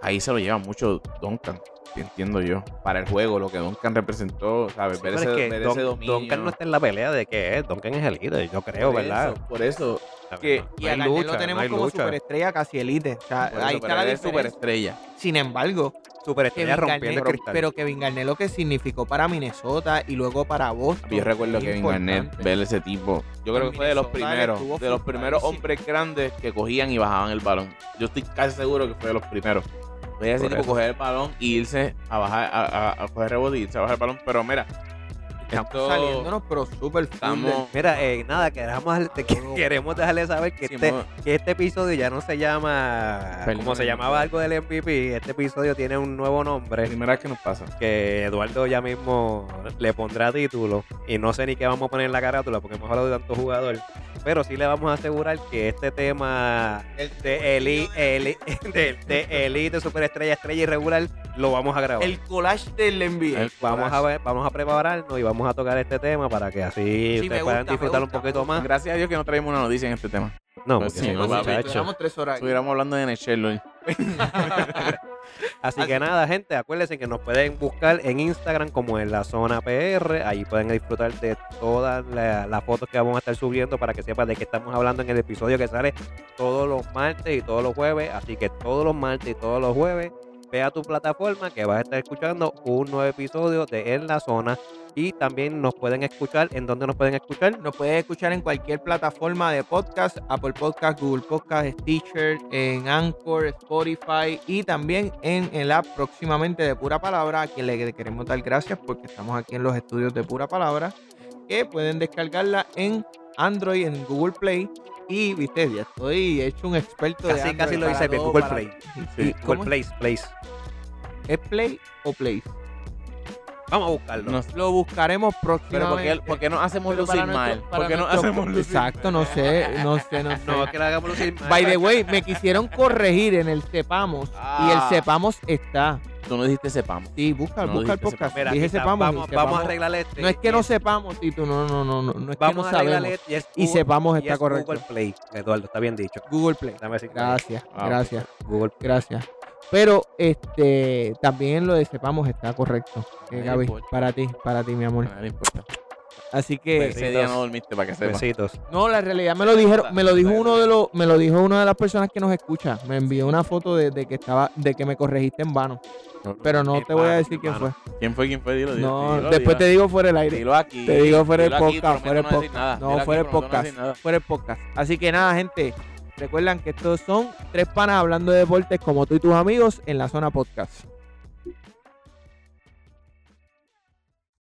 ahí se lo lleva mucho Duncan, entiendo yo, para el juego, lo que Duncan representó, ¿sabes? Sí, ver pero ese, es que ver Dun- ese dominio. Duncan no está en la pelea de que es. Duncan es el líder, yo creo, por ¿verdad? Eso, por eso, ¿Sabes? que- No- y a no hay Garnett lucha, lo no tenemos hay como lucha. superestrella casi elite. O sea, por eso, ahí pero está la él es diferencia. superestrella. Sin embargo, Superestrella Kevin rompiendo el Garnett, cristal. pero Kevin Garnett lo que significó para Minnesota y luego para Boston. Yo recuerdo es que Kevin importante. Garnett, ver ese tipo. Yo creo En que fue de los Minnesota él primeros, estuvo de los primeros frustradísimo. hombres grandes que cogían y bajaban el balón. Yo estoy casi seguro que fue de los primeros. Voy a decir Por tipo eso. coger el balón y irse a bajar, a, a- a coger rebote y irse a bajar el balón. Pero mira, Estamos Esto- saliéndonos, pero súper full del- Estamos. Mira, eh, nada, queramos, te- que- queremos dejarle saber que Sí, este, mo- que este episodio ya no se llama como se Perdón. llamaba algo del MVP. Este episodio tiene un nuevo nombre primera vez que nos pasa. que Eduardo ya mismo le pondrá título. Y no sé ni qué vamos a poner en la carátula porque hemos hablado de tanto jugador. Pero sí le vamos a asegurar que este tema de Eli, Eli, de, de Elite, Superestrella, Estrella y Regular lo vamos a grabar. Eh, El collage del NBA. El- Vamos a, ver, vamos a prepararnos y vamos a tocar este tema para que así Sí, ustedes me puedan gusta, me disfrutar un gusta, poquito más. Gracias a Dios que no traemos una noticia en este tema. No, Pues porque sí, si no, pues sí, muchacho. Duramos tres horas. aquí. Estuviéramos hablando de NHL hoy. Así que nada, gente, acuérdense que nos pueden buscar en Instagram como en la zona PR. Ahí pueden disfrutar de todas la- las fotos que vamos a estar subiendo para que sepan de qué estamos hablando en el episodio que sale todos los martes y todos los jueves. Así que todos los martes y todos los jueves, ve a tu plataforma que vas a estar escuchando un nuevo episodio de En la Zona. Y también nos pueden escuchar. ¿En dónde nos pueden escuchar? Nos puedes escuchar en cualquier plataforma de podcast, Apple Podcast, Google Podcast, Stitcher, en Anchor, Spotify y también en el app próximamente de Pura Palabra, a quien le queremos dar gracias porque estamos aquí en los estudios de Pura Palabra, que pueden descargarla en Android, en Google Play. Y, viste, ya estoy hecho un experto de Casi, casi Android lo para hice bien. todo, Google para- Play. Sí, Google ¿cómo Play, Play. ¿Es ¿Es Play o Play? Vamos a buscarlo. No- Lo buscaremos próximamente. pero ¿por qué, por qué nos hacemos Pero lucir para mal? nuestro- para ¿Por qué nos nuestro- hacemos lucir Exacto, no sé, no sé, no sé. No, que la hagamos lucir mal. By the way, me quisieron corregir en el sepamos y el Ah. sepamos está. Tú no dijiste sepamos. Sí, busca, No busca el dijiste podcast. sepamos. Mira, Dije aquí está, sepamos, y vamos, sepamos. vamos a arreglar este. No es que no sepamos, Tito, no, no, no, no, no es Vamos que a no arreglar sabemos. este. Y es, Y Google, sepamos y está es correcto. Google Play. Eduardo, está bien dicho. Google Play. Dame decir- Gracias, Ah, gracias, Google gracias. Pero este también lo de sepamos está correcto. Eh, Ay, Gaby, por- para ti, para ti, mi amor. No le importa. Así Pues sí. que Ese día no dormiste para que Pues sepas. Besitos. no, la realidad me lo dijeron, me lo dijo uno de los, me lo dijo una de las personas que nos escucha. Me envió una foto de, de que estaba, de que me corregiste en vano. Pero no En te voy a vano, decir en quién vano. fue. ¿Quién fue? ¿Quién fue? Dilo, dilo. No, dilo, después dilo. te digo fuera del aire. Dilo aquí. Te digo fuera el Dilo aquí, podcast, fuera el prometo no decir podcast. nada. No, Dilo aquí, fuera el prometo no decir podcast. nada. Fuera el podcast. Así que nada, gente. Recuerdan que estos son tres panas hablando de deportes como tú y tus amigos en la zona podcast.